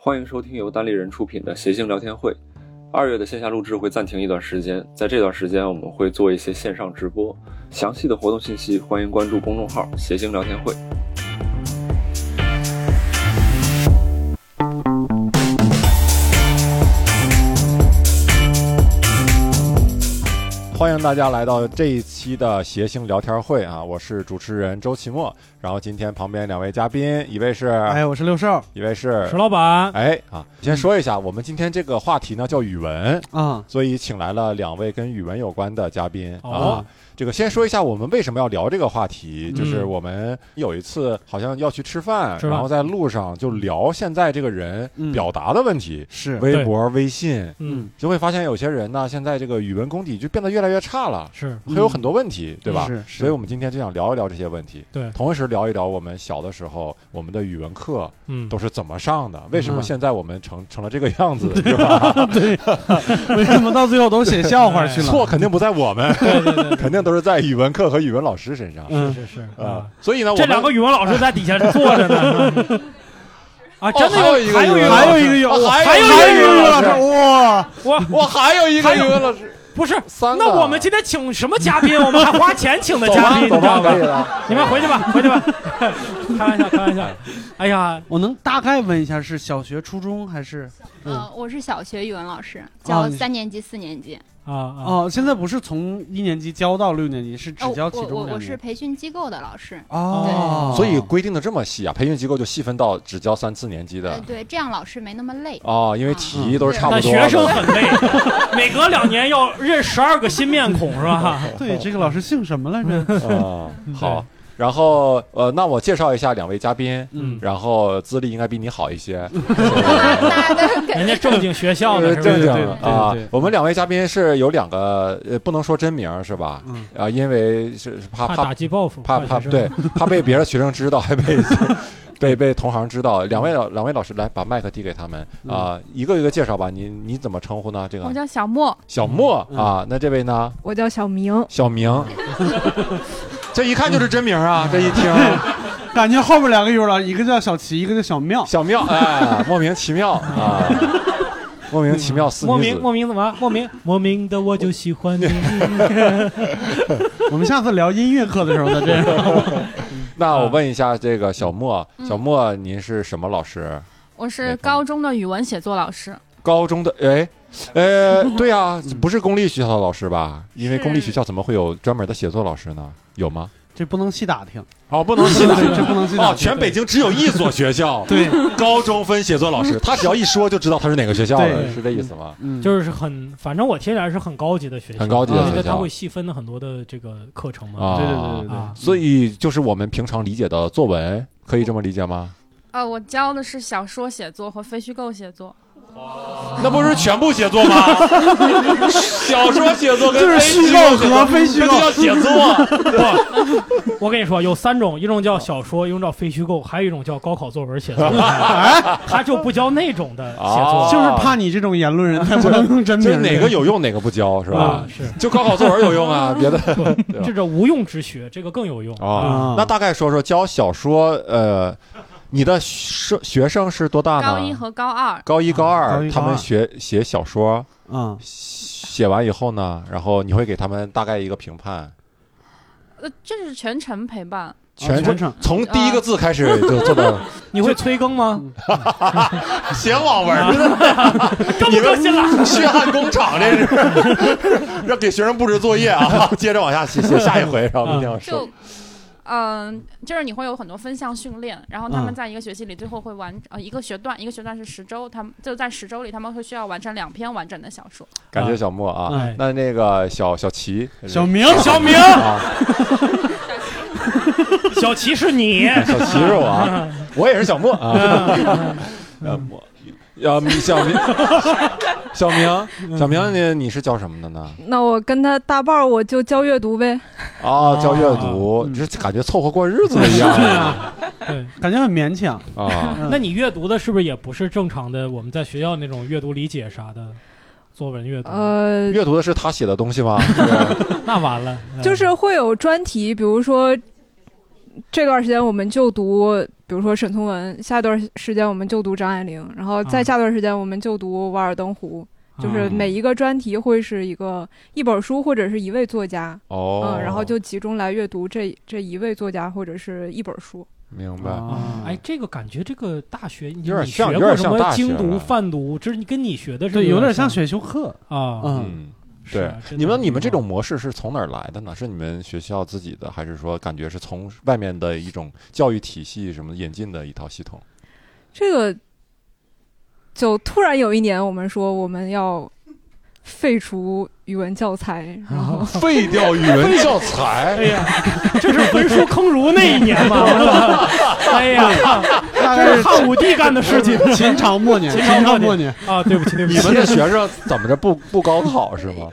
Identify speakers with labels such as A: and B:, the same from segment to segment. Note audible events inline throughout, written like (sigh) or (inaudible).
A: 欢迎收听由单立人出品的《谐星聊天会》。二月的线下录制会暂停一段时间，在这段时间我们会做一些线上直播，详细的活动信息欢迎关注公众号“谐星聊天会”。
B: 欢迎大家来到这一期的谐星聊天会啊！我是主持人周奇墨，然后今天旁边两位嘉宾，一位是，
C: 哎，我是六少，
B: 一位是
C: 石，老板
B: 哎啊，先说一下，我们今天这个话题呢叫语文，
C: 啊，
B: 所以请来了两位跟语文有关的嘉宾啊
C: 哦。
B: 这个先说一下我们为什么要聊这个话题，
C: 嗯
B: 就是我们有一次好像要去吃饭，
C: 吃饭
B: 然后在路上就聊现在这个人
C: 嗯
B: 表达的问题，
C: 是，
B: 微博、微信，
C: 嗯，
B: 就会发现有些人呢，现在这个语文功底就变得越来越差了。
D: 是
B: 会有很多问题，对吧？
C: 嗯是是
B: 所以我们今天就想聊一聊这些问题，
D: 对
B: 同时聊一聊我们小的时候我们的语文课
D: 嗯，
B: 都是怎么上的，为什么
C: 嗯
B: 现在我们成成了这个样子，是
C: (laughs)
B: 吧？
C: 为什么到最后都写笑话去了？
B: 错肯定不在我
C: (laughs)
B: 们，
D: 对对对，
B: 肯定都是在语文课和语文老师身上啊、
D: 嗯是是是
B: 所以呢，
D: 这
B: 我们
D: 两个语文老师在底下坐着呢，
B: (laughs)
D: 啊，真
B: 哦还有一
D: 的有，
B: 个
D: 还
B: 语
D: 有
B: 文
D: 还有一
B: 老
D: 个
B: 师
D: 语
B: 啊还
D: 文，
B: 有
D: 还有
B: 一
D: 一
B: 个
D: 个
B: 语
D: 语
B: 文
D: 文
B: 老
D: 老
B: 师哦
D: 师，
C: 哇，
D: 哇，
B: 我还有一个
D: 还
B: 语
D: 有
B: 文老师，
D: 不是，
B: 三个。
D: 那我们今天请什么嘉宾？我们还花钱请的
B: 走
D: 嘉
B: 吧
D: 宾，你
B: 走
D: 知
B: 吧，
D: 道
B: 可以
D: 吧？
B: 了。
D: 你们回去吧，
C: (laughs)
D: 回去吧，
C: 嗯
D: 开玩笑，开玩笑。哎呀，
C: 我能大概问一下是小学、初中还是？
D: 哦
E: 呃，我是小学语文老师，教
C: 哦你是
E: 三年级、四年级。
D: 啊啊，
C: 哦，现在不是从一年级教到六年级，是只
E: 哦，
C: 教其
E: 我我
C: 中两
E: 我是
C: 年。
E: 培训机构的老师。
C: 哦，
B: 所以规定的这么细啊，培训机构就细分到只教三四年级的
E: 呃，对，这样老师没那么累。
B: 哦，因为题都
C: 嗯
B: 是差不
D: 但
B: 多
D: 学
B: 的。
D: 生很累，每隔两年要认十二个新面孔，是
B: (laughs)
D: 吧？
C: 对这个老师姓什么来
D: (laughs) 嗯
C: 着？
B: 啊，好。然后呃，那我介绍一下两位嘉宾，
D: 嗯
B: 然后资历应该比你好一
D: (laughs)
B: 些，
E: 大家都
D: 人家正经学
B: 呃
D: 校的，是不
B: 正
D: 是
B: 经
C: 对
B: 的
C: 对对
B: 啊
C: 对对。
B: 我们两位嘉宾是有两个呃，不能说真名儿是吧？
C: 嗯
B: 啊，因为是 (laughs) 是怕
D: 怕打
B: 怕
D: 击报复，
B: 怕怕
D: 学生
B: 对，怕
D: (laughs)
B: 被别的学生知道，还被 (laughs) 被被同行知道。两位老两位老师来把麦克递给他们
D: 嗯
B: 啊，一个一个介绍吧。你你怎么称呼呢？这
F: 我
B: 个
F: 叫小莫，
B: 小莫
C: 嗯
B: 啊，那这位呢？
F: 我叫小明，
B: 小
D: (laughs)
B: 明，这一看就是真名啊！这一听。
C: 嗯 (laughs) 感觉后面两个语文老师，一个叫小齐，一个叫小妙。
B: 小妙，哎，莫名其妙
C: (laughs)
B: 啊，莫名其妙四
D: 莫
B: 女
D: 名
B: 子。
D: 莫名怎么莫名莫名的我就
B: (laughs)
D: 喜欢你，
C: (laughs) 我们下次聊音乐课的时候再这样。
B: (laughs) 那我问一下，这个小莫，
F: 嗯
B: 小莫，您是什么老师？
F: 我
B: 哪
F: 是
B: 方
F: 高中的语文写作老师。
B: 高中的，哎，呃，对啊，不是公立学校的老师吧？因为公立
F: 嗯是
B: 学校怎么会有专门的写作老师呢？有吗？
C: 这不能细打听，
B: 哦，不能细
C: 对
B: 打。
C: (laughs) 这不能细打
B: 哦，
C: 听。
B: 全北京只有一所学 (laughs) 校
C: 对，
B: 高中分写作老师，他只要一说就知道他是哪个学校了，
C: 对
B: 是这意思吗？
C: 嗯，
D: 就是很，反正我听起来是很高级的学校，
B: 很高级
C: 的
D: 因为
B: 学校
D: 它会细分的很多的这个课程嘛。
B: 啊，
C: 对对对对对
D: 啊。
B: 所以就是我们平常理解的作文，可以这么理解吗？
F: 呃，我教的是小说写作和非虚构写作。
B: 那不是全部写作
C: (laughs)
B: 吗？小说写作跟
C: 就是
B: 非
C: 虚构和非虚
B: 这
C: 构
B: 就。叫写
C: (laughs)
B: 作。
D: 我跟你说，有三种，一种叫小说，一种叫非虚构，还有一种叫高考作文
B: (laughs)
D: 写作。他就不教那种的写
B: 哎啊
D: 作，
C: 就是怕你这种言论人才不能用真
B: 就是
C: 名。
B: 哪个有用哪个不教是吧
D: 啊？是
B: 就高考作文有用
C: (laughs)
B: 啊， (laughs) 别的对吧
D: (laughs) 这叫无用之学，这个更有用啊。
C: 嗯
B: 啊。那大概说说教小说，呃，你的学学生是多大呢？
F: 高一和高二，
B: 高一高
C: 啊高
B: 二，
C: 一
B: 他
C: 高
B: 们
C: 二
B: 学写小说，
C: 啊，
B: 写完以后呢，然后你会给他们大概一个评判，
F: 呃，这是全程陪伴。
B: 全
C: 全程
B: 从第一个字开始就做到
D: 啊 (laughs) 你会催更
B: (laughs)
D: 吗？
B: 写网文
C: (laughs)
B: 儿
D: 更不更新
C: 啊
D: 了？
B: 血汗工厂，这是
C: (laughs)
B: 要给学生布置作业啊。接着往下写，写下一回，然后明天要说
F: (laughs) 就，嗯、就是你会有很多分项训练，然后他
B: 嗯
F: 们在一个学期里最后会完呃一个学段，一个学段是十周，他们就在十周里他们会需要完成两篇完整的小说。
B: 感谢小莫啊
D: 哎。
B: 那那个小小齐，
C: 小明，
D: 小明，
B: 啊，
D: 小齐是你。
B: 小齐
D: (laughs)
B: 是我啊，我也是小莫啊。
D: 嗯
B: 呃，我要小明，小明，小明，你你是教什么的呢？
G: 那我跟他搭伴儿，我就教阅读呗。
B: 啊，教阅读，
C: 嗯
B: 你这感觉凑合过日子一 (laughs) 样
D: 对啊，对。
C: 感觉很勉强。
B: 啊。
D: (laughs) 那你阅读的是不是也不是正常的我们在学校那种阅读理解啥的作文阅读？
G: 呃，
B: 阅读的是他写的东西吗？
D: 那完了，嗯
G: 就是会有专题，比如说这段时间我们就读比如说沈从文，下一段时间我们就读张爱玲，然后再
C: 啊
G: 下段时间我们就读瓦尔登湖，就是
C: 啊
G: 每一个专题会是一个一本书或者是一位作家，
B: 哦，
G: 嗯，然后就集中来阅读这这一位作家或者是一本书。
B: 明白。
C: 啊
D: 哎，这个感觉，这个大学你
B: 有点
D: 你
B: 像
D: 学
B: 有点
D: 过
B: 像
D: 什么
B: 大学
D: 精读、
B: 了
D: 泛读，这是你跟你学的是不是
C: 对，有点像
D: 像
C: 选修课。
D: 啊。
C: 嗯，
B: 嗯，
D: 是
B: 对
D: 啊，
B: 你们你们这种模式是从哪儿来的呢？是你们学校自己的，还是说感觉是从外面的一种教育体系什么引进的一套系统？
G: 这个就突然有一年，我们说我们要废除语文教材，然
D: (laughs)
G: 后
B: 废掉语文教
D: 哎
B: 材， (laughs)
D: 呀，这是焚书
C: (laughs)
D: 坑儒那一年吧？我操！哎呀，
C: 大概
D: 这
C: 是
D: 是汉武帝干的事情
C: 秦朝末年，
D: 秦
C: 秦朝
D: 朝末年
C: 末年，
D: 啊！对不起，对不
B: 你
D: 起，
B: 们的学生怎么着不不高考是
D: (laughs)
B: 吗？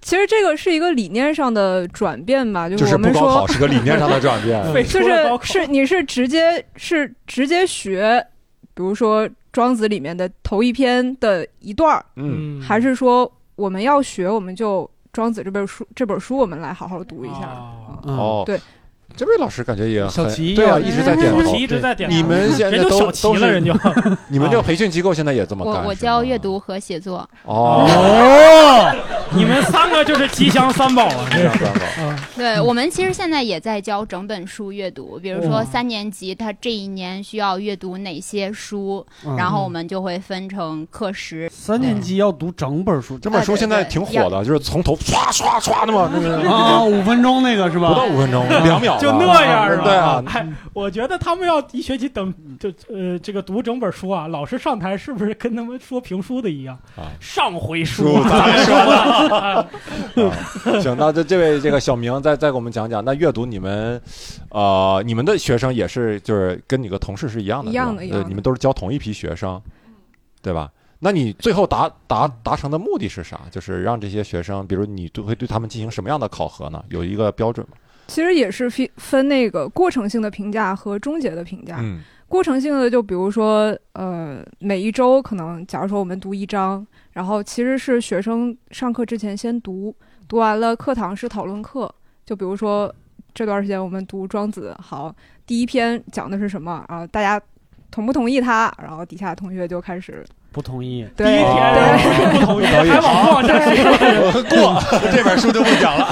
G: 其实这个是一个理念上的转变吧，就
B: 就是是
G: 我
B: 不
G: 们
B: 高
G: 说
B: 考，是个理念上的转
G: (laughs)
B: 变。
D: 废除
G: 就
D: 了高
G: 是
D: 考
G: 是你是直接是直接学，比如说《庄子》里面的头一篇的一段儿，
B: 嗯，
G: 还是说我们要学，我们就《庄子》这本书这本书我们来好好读一下。
D: 啊
C: 嗯，
B: 哦，
G: 对，
B: 这位老师感觉也很
C: 小齐
B: 对啊，
C: 要
B: 一直在点头
D: 小齐。一直在点头，
B: 你们现在
D: 人就
B: 都
D: 小齐
B: 都
D: 了，
B: 是
D: 人就
B: (laughs) 你们这个培训机构现在也这么
E: 我
B: 干？
E: 我
B: 是
E: 教
B: 吗
E: 阅读和写作，
B: 哦，
D: 你们三个就是吉祥三宝啊！
B: 这
D: 这
B: 样
D: 是
B: 三宝
E: 对
C: 嗯
E: 我们其实现在也在教整本书阅读，比如
D: 哇
E: 说三年级他这一年需要阅读哪些书，
C: 嗯
E: 然后我们就会分成课时。
C: 三年级要读整本书，
B: 这
C: 这
B: 本书现在挺火的，就是从头唰唰唰那么那个
C: 啊，五分钟那个是
B: 不到
C: 吧？啊
B: 五分钟，两秒吧
D: 就那样是吧？
B: 对啊，
D: 哎，我觉得他们要一学期等就呃这个读整本书啊，老师上台是不是跟他们说评书的一样？
B: 啊
D: 上回
B: 书
D: 书咱们说 (laughs) 了，
B: 啊 (laughs) 行，那这这位这个小明再再给我们讲讲，那阅读你们，呃，你们的学生也是就是跟你个同事是一样的，
G: 一样的
B: 对
G: 一
B: 吧，
G: 样
B: 对
G: 的
B: 你们都是教同一批学生，对吧？那你最后达达达成的目的是啥？就是让这些学生，比如你对会对他们进行什么样的考核呢？有一个标准吗？
G: 其实也是分分那个过程性的评价和终结的评价。
B: 嗯
G: 过程性的就比如说，呃，每一周可能，假如说我们读一章，然后其实是学生上课之前先读，读完了课堂是讨论课，就比如说这段时间我们读《庄子》，好，第一篇讲的是什么啊？大家同不同意他？然后底下同学就开始
C: 不同意，
D: 第一
G: 对
D: 天不同意，还往后往下说，
B: 过这本书就不
G: (laughs)
B: 讲了。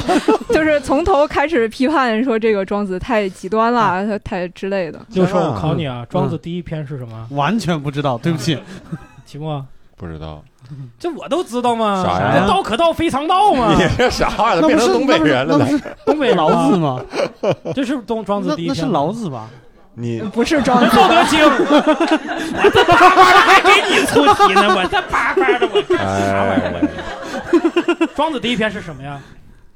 G: 就是从头开始批判说这个庄子太极端了，他太之类的。
D: 就说
B: 嗯
D: 我考你啊，庄子第一篇是什么？
C: 完全不知道，对不起，
D: 题目啊？
B: 不知道，
D: 这我都知道吗？
B: 啥呀
D: 这道可道非常道嘛
B: 你。这啥玩意儿？
C: 那不
B: 变成
C: 是
B: 东北人了
C: 那
B: 呢
C: 不？是
D: (laughs) 东北
C: 那不是
D: 人啊
C: 老子，吗？
D: (laughs) 这是东庄子
C: 那
D: 第一
C: 那
D: 篇。
C: 是老子吧？
B: 你
G: 不是庄子，
D: 道德经。我这叭叭的还给你出题呢，我这叭叭的
B: (laughs)
D: 我这啥玩意
B: 哎
D: 儿？，庄子第一篇是什么呀？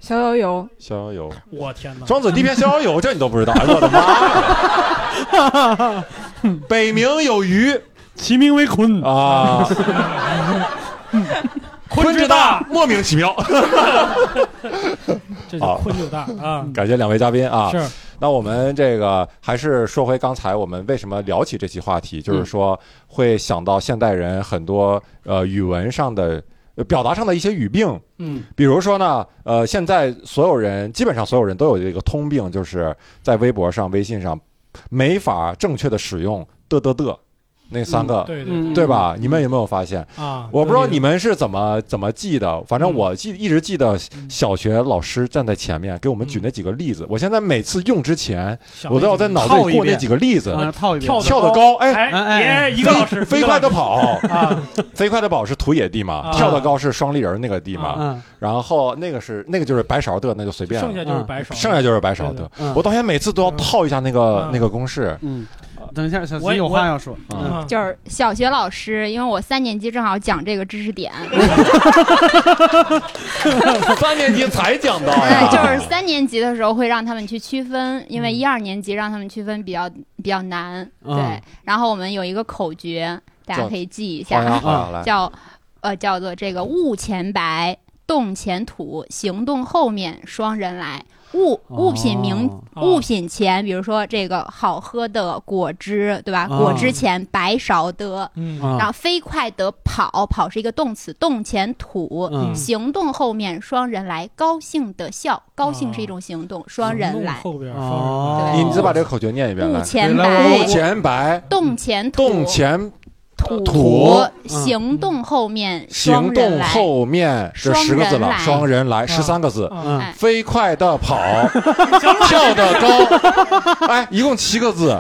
G: 逍遥游，
B: 逍遥游，
D: 我天哪！
B: 庄子第一篇逍遥游，这你都不知道？哎我的妈！
D: (laughs)
B: 北冥有鱼
C: 其名为鲲，
B: 啊，鲲之大，，莫名其妙。
D: (laughs) 这就困就大啊！
B: 感谢两位嘉宾啊。
D: 是
B: 那我们这个还是说回刚才我们为什么聊起这期话题，
D: 嗯
B: 就是说会想到现代人很多呃语文上的、呃表达上的一些语病。
D: 嗯，
B: 比如说呢，呃，现在所有人基本上所有人都有一个通病，就是在微博上、微信上没法正确的使用的的的那三个。
D: 对对
C: 嗯，
B: 对？吧？你们有没有发现？
D: 啊！
B: 我不知道你们是怎么怎么记的，反正
D: 嗯
B: 我记一直记得小学老师站在前面给我们举
D: 嗯
B: 那几个例子。我现在每次用之前，
D: 想
B: 我都要在脑子
C: 套
B: 里
C: 一
B: 过那
C: 遍
B: 几个例子，
C: 啊，套一遍
D: 跳，
B: 跳
D: 得
B: 得高，哎，
D: 哎哎，一个老师
B: 飞飞快的跑，
D: 啊，
B: (laughs) 飞快的跑是土野地嘛，
D: 啊
B: 跳得高是双立人那个地嘛，
C: 嗯
B: 然后那个是那个就是白勺的，那就随便
D: 剩
B: 了，啊
D: 下就是白手，
B: 剩下就是白勺
D: 对啊
B: 的。
C: 嗯
B: 我到现在每次都要套一下那个
D: 嗯
B: 那个公式，
C: 嗯，等一下，小
D: 我
C: 齐有话要说，嗯
D: 啊
E: 就是小学老师，因为我三年级正好讲这个知识
C: (laughs)
E: 点，
B: (laughs) 三年级才讲到
E: (laughs) 对，
B: 呀，
E: 就是三年级的时候会让他们去区
B: 嗯
E: 分，因为一二年级让他们区分比较比较难。对
C: 嗯，
E: 然后我们有一个口诀，大
B: 叫
E: 家可以记一
B: 好呀
E: 下，
B: 好呀来，
E: 叫呃叫做这个“物前白，动前土，行动后面，双人来”。物物品名、
D: 哦
E: 物品钱，比如说这个好喝的果汁，对吧？
B: 嗯
C: 哦
E: 果汁钱白勺的，
D: 嗯，
C: 啊
E: 然后飞快的跑，跑是一个动词，动前土。
C: 嗯
E: 行动后面双人来，高兴的笑，高兴是一种行
B: 啊
E: 动，双人
D: 弄
E: 来，
D: 后边
C: 哦
D: 双人来
B: 你你再把这个口诀念一遍
E: 物
B: 来。
E: 前
C: 对来
E: 白
B: 物，前白，
E: 动前土，
B: 动前
E: 土
B: 土
E: 行动后面双
B: 嗯行
E: 人
B: 动
E: 来，
B: 后面这十个字了，
E: 双
B: 双人来
D: 嗯
B: 十三个字。
D: 啊，
C: 嗯
E: 哎
B: 飞快的
E: (laughs)
B: 跑，跳得高，哎，一共七个字，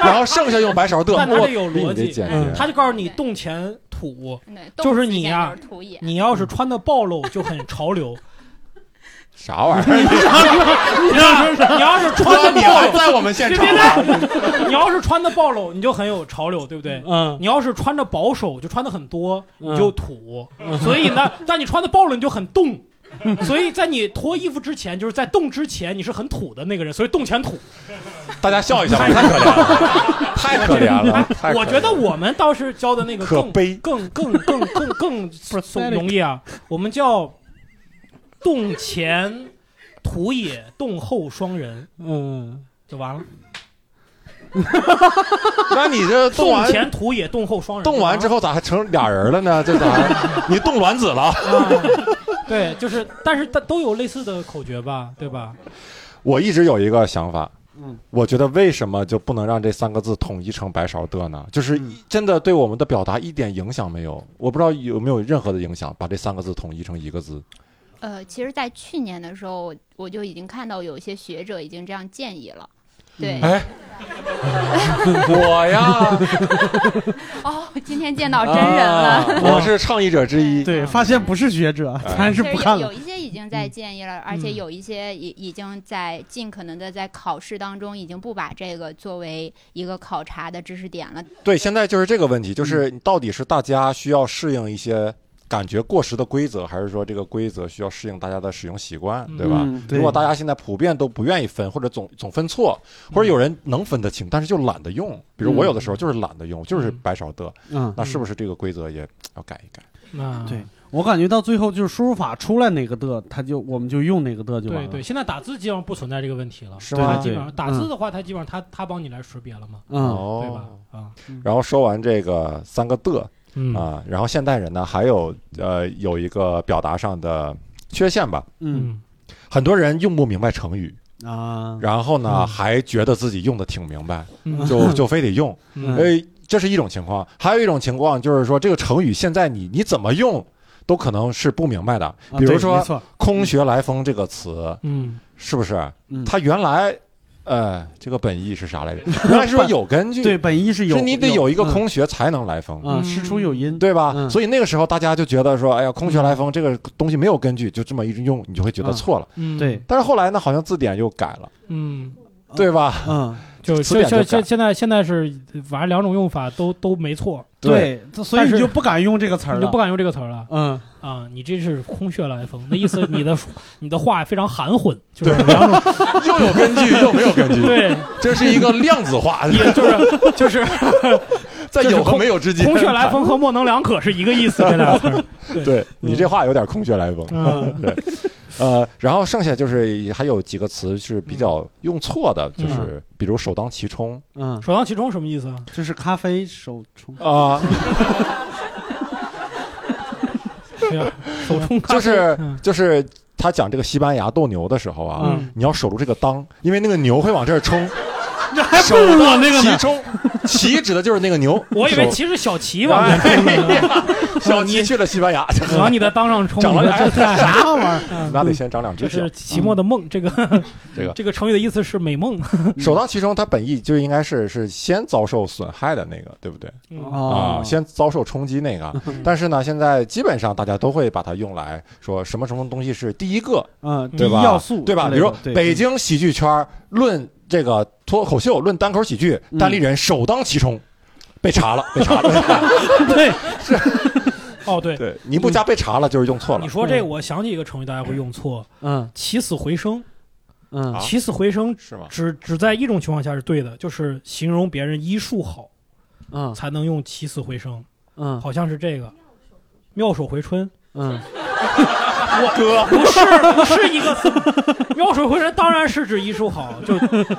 B: 然后剩下用白勺的，
D: (laughs) 但它
B: 哦我
D: 得有
B: 比
D: 逻
B: 你这
D: 辑
B: 简
C: 嗯
B: 洁。
D: 他就告诉你动前土，
E: 对
D: 就是你呀
E: 动词间就是土也。
D: 你要是穿的暴露就很潮流，
B: (laughs) 啥玩意儿？
D: (laughs) 你
B: (laughs)
D: 要是你要是穿的
B: 你
D: 暴
B: 还
D: 露，
B: 在我们现
D: 别
B: 场啊
D: 别？别，你要是穿的暴露，你就很有潮流，对不对？
C: 嗯，
D: 你要是穿着保守，就穿的很多，
C: 嗯
D: 你就土。 (laughs) 所以呢，但你穿的暴露，你就很
C: (laughs)
D: 动。所以在你脱衣服之前，就是在动之前，你是很土的那个人，所以动前土。
B: 大家笑一下吧，太可怜了，太可怜
D: (laughs)
B: 了，太可怜了
D: 我觉得我们倒是教的那个
B: 可
D: 更
B: 悲。
D: 更更更更更不是容易
B: (laughs)
D: 啊，我们叫动前土也，动后双人
C: 嗯，
D: 就完了。
B: 那你这呃动
D: 动
B: 完
D: 前土也，动后双人。
B: 动完之
D: 后，
B: 后咋还成俩人了呢？这咋？你冻卵子了？
D: 啊对，就是，但是它都有类似的口诀吧，对吧？
B: 我一直有一个想法，
C: 嗯，
B: 我觉得为什么就不能让这三个字统一成白勺的呢？就是
C: 嗯
B: 真的对我们的表达一点影响没有，我不知道有没有任何的影响，把这三个字统一成一个字。
E: 呃，其实，在去年的时候，我就已经看到有一些学者已经这样建议了。对，
B: 哎， (laughs) 我呀，
E: 哦，今天见到真人了。
B: 啊我是倡议者之一。
C: 对，发现不是学者，
B: 哎
C: 咱是
E: 其
C: 不
E: 实
C: 看
E: 有
C: 了
E: 有。一些已经在建议了，而且有一些已已经在尽可能的在考试当中已经不把这个作为一个考察的知识点了。
B: 对，现在就是这个问
C: 嗯
B: 题，就是你到底是大家需要适应一些感觉过时的规则，还是说这个规则需要适应大家的使用习惯，对吧？
C: 嗯对
B: 如果大家现在普遍都不愿意分，或者总总分错，或
C: 嗯
B: 者有人能分得清，但是就懒得用。比如我有的时候就是懒得用，就是白勺的，
C: 嗯，
B: 那是不是这个规则也要改一改？
D: 啊，
C: 对我感觉到最后就是输入法出来哪个的，他就我们就用哪个的就完
D: 对
C: 了。
D: 对，现在打字基本上不存在这个问题了，
B: 是
C: 对
B: 吗？
D: 基本上打字
C: 嗯
D: 的话，它基本上它它帮你来识别了嘛，
C: 嗯，
D: 对吧
B: 哦。？
D: 啊，
B: 然后说完这个三个的
D: 嗯
B: 啊，然后现代人呢还有呃有一个表达上的缺陷吧，
C: 嗯
D: 嗯，
B: 很多人用不明白成语，
C: 啊，
B: 然后呢、
D: 嗯
B: 还觉得自己用的挺明白，
D: 嗯
B: 就就非得用。
D: 嗯
B: 哎，这是一种情况，还有一种情况就是说，这个成语现在你你怎么用，都可能是不明白的。
C: 啊
B: 比如
C: 对
B: 说
C: 没错
B: “空穴来风”这个词，
D: 嗯
B: 是不是
C: 嗯？
B: 它原来，呃，这个本意是啥来
C: (laughs)
B: 着？原来是说有根据，
C: 对，本意是有，
B: 是你得有一个
C: 嗯
B: 空穴才能来风。
C: 啊，
D: 嗯
C: 师出有因，
B: 对吧？
C: 嗯
B: 所以那个时候大家就觉得说，哎呀，空穴来风这个东西没有根据，就这么一直用，你就会觉得
C: 嗯
B: 错了。
D: 嗯
C: 对，
B: 但是后来呢，好像字典又改了，
D: 嗯，
B: 对吧？
C: 嗯，
D: 就
B: 词
D: 就
B: 典就
D: 就
B: 改
D: 就现在现在是反正两种用法都都没错，
C: 对，所以
D: 但
C: 你
D: 是
C: 就不敢用这个词儿
D: 你就
C: 了
D: 不，敢用这个词儿了
C: 嗯，
D: 啊！你这是空穴来风，那意思你的你的话非常含混，就是两种
B: 又有根
D: (laughs)
B: 据又没有根据，
D: 对，
B: 这是一个量子化，
D: 也就是就是
B: (laughs) 在
D: 就是
B: 有和
D: 空
B: 没有之间。
D: 空穴来风和模棱两可是一个意思，这
B: (laughs)
D: 俩词儿。
B: 对你这话有点空穴来风。
D: 嗯
B: 对，呃，然后剩下就是还有几个词是比较用错的，
D: 嗯
B: 就是比如首当其冲
C: 嗯，
D: 首当其冲什么意思啊？
C: 就是咖啡手冲，
D: (laughs)
B: 啊、
D: 对啊首冲咖
B: 就
D: 啡
B: 是
D: 嗯
B: 就是他讲这个西班牙斗牛的时候啊，
D: 嗯
B: 你要守住这个当，因为那个牛会往这儿
D: (laughs)
B: 冲，
C: 这还
B: 手当其冲，旗指的就是那个牛。
D: 我以为
B: 手
D: 其实小齐往前冲呢， (laughs)
B: 小旗去了西班牙，
D: 往你的裆上冲，
B: 长了
D: 这
B: 啥
D: 啥？
C: 玩意儿？
B: 那得先长两只
D: 这
B: 脚
D: 是。齐墨的梦，这个
B: 这个
D: 这个成语的意思是美梦。
B: (laughs) 首当其冲，它本意就应该是是先遭受损害的那个，对不对？
D: 嗯
B: 啊、
C: 哦，嗯
B: 先遭受冲击那个。但是呢，现在基本上大家都会把它用来说什么什么东西是第一个，
C: 嗯，
B: 对吧？
C: 第一要素
B: 对吧？
C: 之
B: 比
C: 类的
B: 如
C: 对
B: 北京喜剧圈儿论这个脱口秀，论单口喜剧，
C: 嗯
B: 单立人首当其冲。被查了，被查了。
D: (laughs)
B: (laughs)
D: 对，哦对，
B: 对，你不加被查了，就是用错了
D: 你。说这，我想起一个成语，大家会用错，
C: 嗯
D: 起死回生。
C: 嗯
D: 起死回生
B: 啊是吗？
D: 只只在一种情况下是对的，就是形容别人医术好
C: 嗯
D: 才能用起死回生，
C: 嗯
D: 好像是这个。妙手回春，
C: 嗯，
D: 我不是不
B: (laughs)
D: 是一个词。妙手回春当然是指医术好，啊就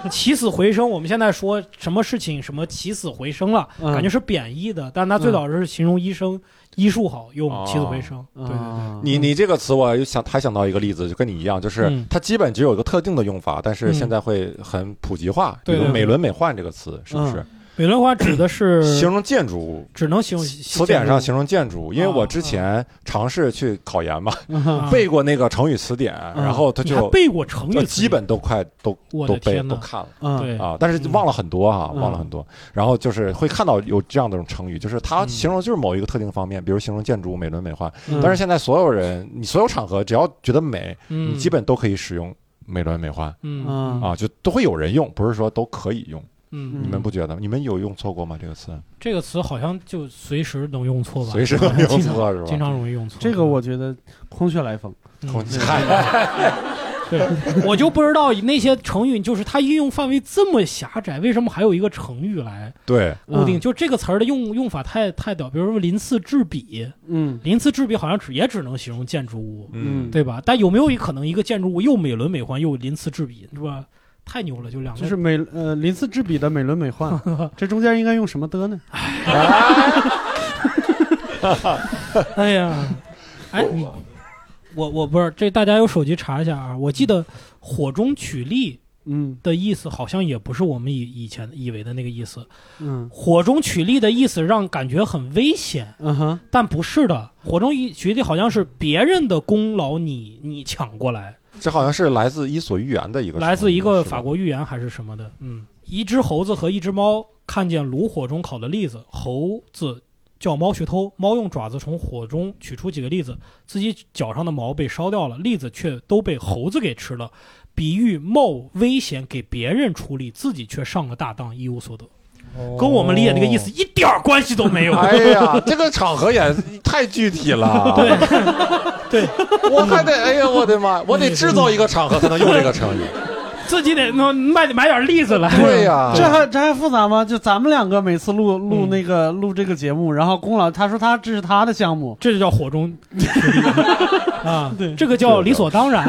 D: 起死回生。我们现在说什么事情什么起死回生了，
C: 嗯
D: 感觉是贬义的，但它最早是形容医生医术好，用
B: 哦嗯
D: 起死回生。对对对，
C: 啊
B: 你你这个词，我又想还想到一个例子，就跟你一样，就是
D: 嗯
B: 它基本只有一个特定的用法，但是
D: 嗯
B: 现在会很普及化，比
D: 对
B: 如
D: 对对
B: 美轮美奂这个词，是不是
D: 美轮花指的是
B: 形容建筑物？
D: 只能形容
B: 词典上形
D: 容
B: 容建筑，因为我之前尝试去考研嘛，
D: 啊
B: 背过那个成语词典，然后它
D: 嗯你还
B: 就
D: 背过成
B: 就
D: 语，
B: 基。本都快都
D: 我
B: 都
D: 的
B: 背
D: 天
B: 都
D: 呐，
B: 看了。
C: 嗯
D: 对
B: 啊，但是
D: 嗯
B: 忘了很多哈，
C: 嗯
B: 忘了很多。然后就是会看到有这样的种成语，就是它
D: 嗯
B: 形容就是某一个特定方面，比如形容建筑美轮美奂。
C: 嗯
B: 但是现在所有人，你所有场合只要觉得美，
D: 嗯，
B: 你基本都可以使用美轮美奂
D: 嗯
C: 嗯
B: 啊，就都会有人用，不是说都可以用。
D: 嗯，
B: 你们不觉得吗？你们有用错过吗？这个词
D: 这个词好像就随时能用错吧？
B: 随时能用
D: 经常
B: 错是吧？
D: 经常容易用错。
C: 这个我觉得空穴来风。
D: 嗯
B: 空气，
D: (laughs)
B: 嗨
D: 我就不知道那些成语，就是它应用范围这么狭窄，为什么还有一个成语来
B: 对，
D: 固定？
C: 嗯
D: 就这个词儿的用用法太太屌，比如说“鳞次栉比”，
C: 嗯
D: 鳞次栉比好像只也只能形容建筑物，
C: 嗯，
D: 对吧？但有没有一可能一个建筑物又美轮美奂又鳞次栉比，是吧？太牛了，就两个
C: 就是美呃鳞次栉比的美轮美
D: (laughs)
C: 奂，这中间应该用什么的呢？
D: (laughs) 哎呀，哎，你我我不是这，大家有手机查一下啊。我记得“火中取栗
C: 嗯”
D: 的意思好像也不是我们以以前以为的那个意思，“
C: 嗯
D: 火中取栗”的意思让感觉很危险，
C: 嗯哼
D: 但不是的，“火中取栗”好像是别人的功劳你，你抢过来，
B: 这好像是来自《伊索寓言》的一个成语，
D: 来自一个
B: 是吧
D: 法国寓言还是什么的。嗯，一只猴子和一只猫看见炉火中烤的栗子，猴子叫猫去偷，猫用爪子从火中取出几个栗子，自己脚上的毛被烧掉了，栗子却都被猴子给吃了，比喻冒危险给别人出力，自己却上了大当，一无所得，
C: 哦
D: 跟我们理解这个意思一点儿关系都没有。
B: 哦哎呀，这个场合也太具体了。 (laughs)
D: 对，嗯
B: 我还得，哎呀，我的妈，我得制造一个场合才能用这个成语。
D: 自己得那买买点栗子来。
B: 对呀、
C: 这还这还复杂吗？就咱们两个每次录录
D: 嗯
C: 那个录这个节目，然后龚老他说他这是他的项目，
D: 这就叫火中啊，
C: 对
D: 这个叫理所当然，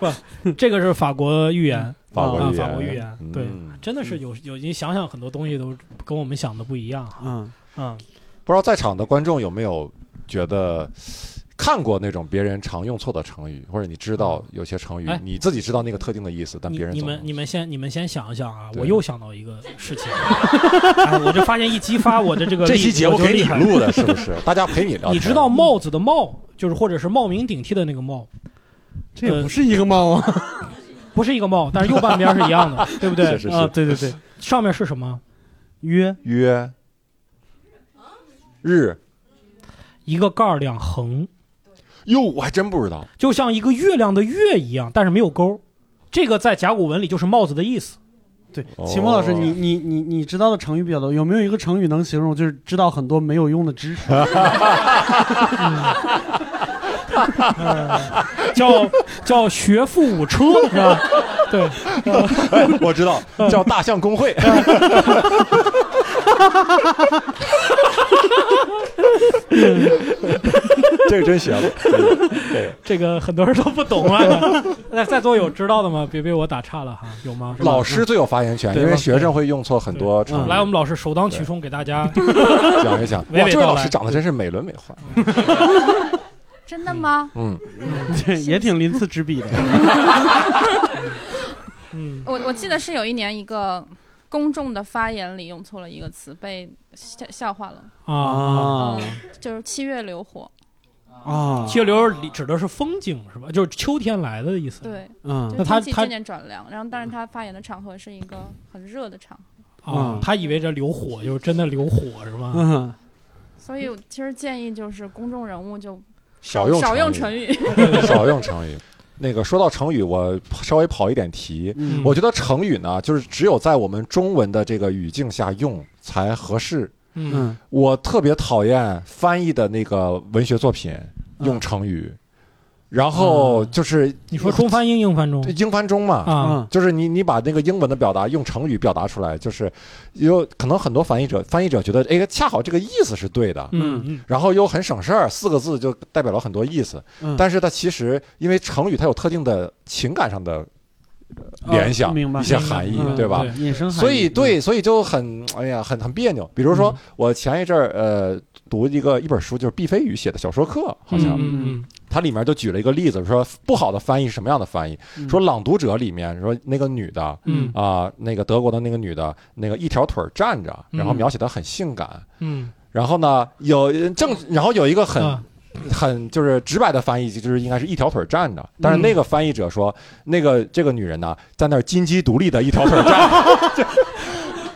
D: 不，这个是法国寓言，
B: 嗯法国
D: 啊，
B: 语言，
D: 法国寓言，对，
B: 嗯
D: 真的是有有，你想想很多东西都跟我们想的不一样，
C: 嗯
D: 嗯，
B: 不知道在场的观众有没有觉得看过那种别人常用错的成语，或者你知道有些成语、
D: 哎
B: 你自己知道那个特定的意思，但
D: 你
B: 别人
D: 你
B: 总
D: 们你们先你们先想一想啊，
B: 对
D: 我又想到一个事情，哎我就发现一激发我的这个
B: 这
D: 力
B: 期节目
D: 我就
B: 给你
D: 厉害
B: 录的，是不
D: (laughs)
B: 是？大家陪你聊天，
D: 你知道帽子的帽，就是或者是冒名顶替的那个冒，
C: 这也不是一个猫啊
D: 不是一个帽，但是右半边是一样
B: (laughs)
D: 的，对不对
B: 是？是是
C: 啊！对对对，
D: 上面是什么？
C: 约
B: 约日
D: 一个盖儿两横，
B: 哟，我还真不知道。
D: 就像一个月亮的月一样，但是没有钩。这个在甲骨文里就是帽子的意思。
C: 对
B: 哦，
C: 秦墨老师，你你你你知道的成语比较多，有没有一个成语能形容就是知道很多没有用的知 (laughs) 识？嗯
D: 叫哦叫学富五车是
B: (laughs)
D: 吧？对， (laughs)
B: 哎， (laughs) 我知道，叫大象公会。这个真
D: (laughs)
B: 行，这个
D: 这个很多人都不懂
B: (laughs)
D: 啊。那在座有知道的吗？别被我打岔了哈，有吗？
B: 老师最有发言权，
D: 对
B: 因为
D: 老师
B: 学生会用错很多成
D: 嗯
B: 语。
D: 来，我们老师首当其冲给大家。
B: 讲一讲，
D: (laughs) 娓娓
B: 哇，这
D: 道
B: 位老师
D: 来
B: 长得真是美轮美奂。
F: (laughs) 真的吗？
B: 嗯，
C: 这也挺鳞次栉比的。
D: 嗯，
F: 我我记得是有一年一个公众的发言里用错了一个词，被笑笑话了。
D: 啊。
C: 啊
F: 嗯，就是七月流火。
C: 啊，
D: 七流里指的是风景是吧？就是秋天来的意思。
F: 对，
C: 嗯
D: 那
F: 就
D: 他
F: 天气
D: 他
F: 渐渐转凉，然后但是他发言的场合是一个很热的场合，
D: 啊
C: 嗯，
D: 他以为这流火就是真的流火是吗？
C: 嗯，
F: 所以我其实建议就是公众人物就
B: 少用
F: 少用
B: 成
F: 成语，
B: (laughs) 语，少用成语。那个说到成语，我稍微跑一点题。
C: 嗯
B: 我觉得成语呢，就是只有在我们中文的这个语境下用才合适。
D: 嗯，
C: 嗯
B: 我特别讨厌翻译的那个文学作品用成语，然后就是
D: 啊你说中翻英，英翻中
B: 英翻中嘛，
D: 啊，
C: 嗯
B: 就是你你把那个英文的表达用成语表达出来，就是有可能很多翻译者翻译者觉得哎，恰好这个意思是对的，
D: 嗯嗯
B: 然后又很省事儿，四个字就代表了很多意思。
C: 嗯
B: 但是它其实因为成语它有特定的情感上的
C: 哦
B: 联想、
C: 明白
B: 一些含义，
D: 嗯
B: 对吧？
D: 对
C: 衍生含义
B: 所以，对，所以就很哎呀，很很别扭。比如说
D: 嗯，
B: 我前一阵儿呃读一个一本书，就是毕飞宇写的小说课，好像、
D: 嗯嗯
B: 它里面就举了一个例子，说不好的翻译是什么样的翻译？
C: 嗯
B: 说《朗读者》里面说那个女的啊、
D: 嗯
B: 那个德国的那个女的，那个一条腿儿站着，然后
D: 嗯
B: 描写的很性感。
D: 嗯
B: 然后呢，有正，然后有一个很、
D: 啊
C: 嗯
B: 很就是直白的翻译，就是应该是一条腿儿站着。
C: 嗯
B: 但是那个翻译者说，那个这个女人呢，在那儿金鸡独立的一条腿儿站着，
C: (laughs)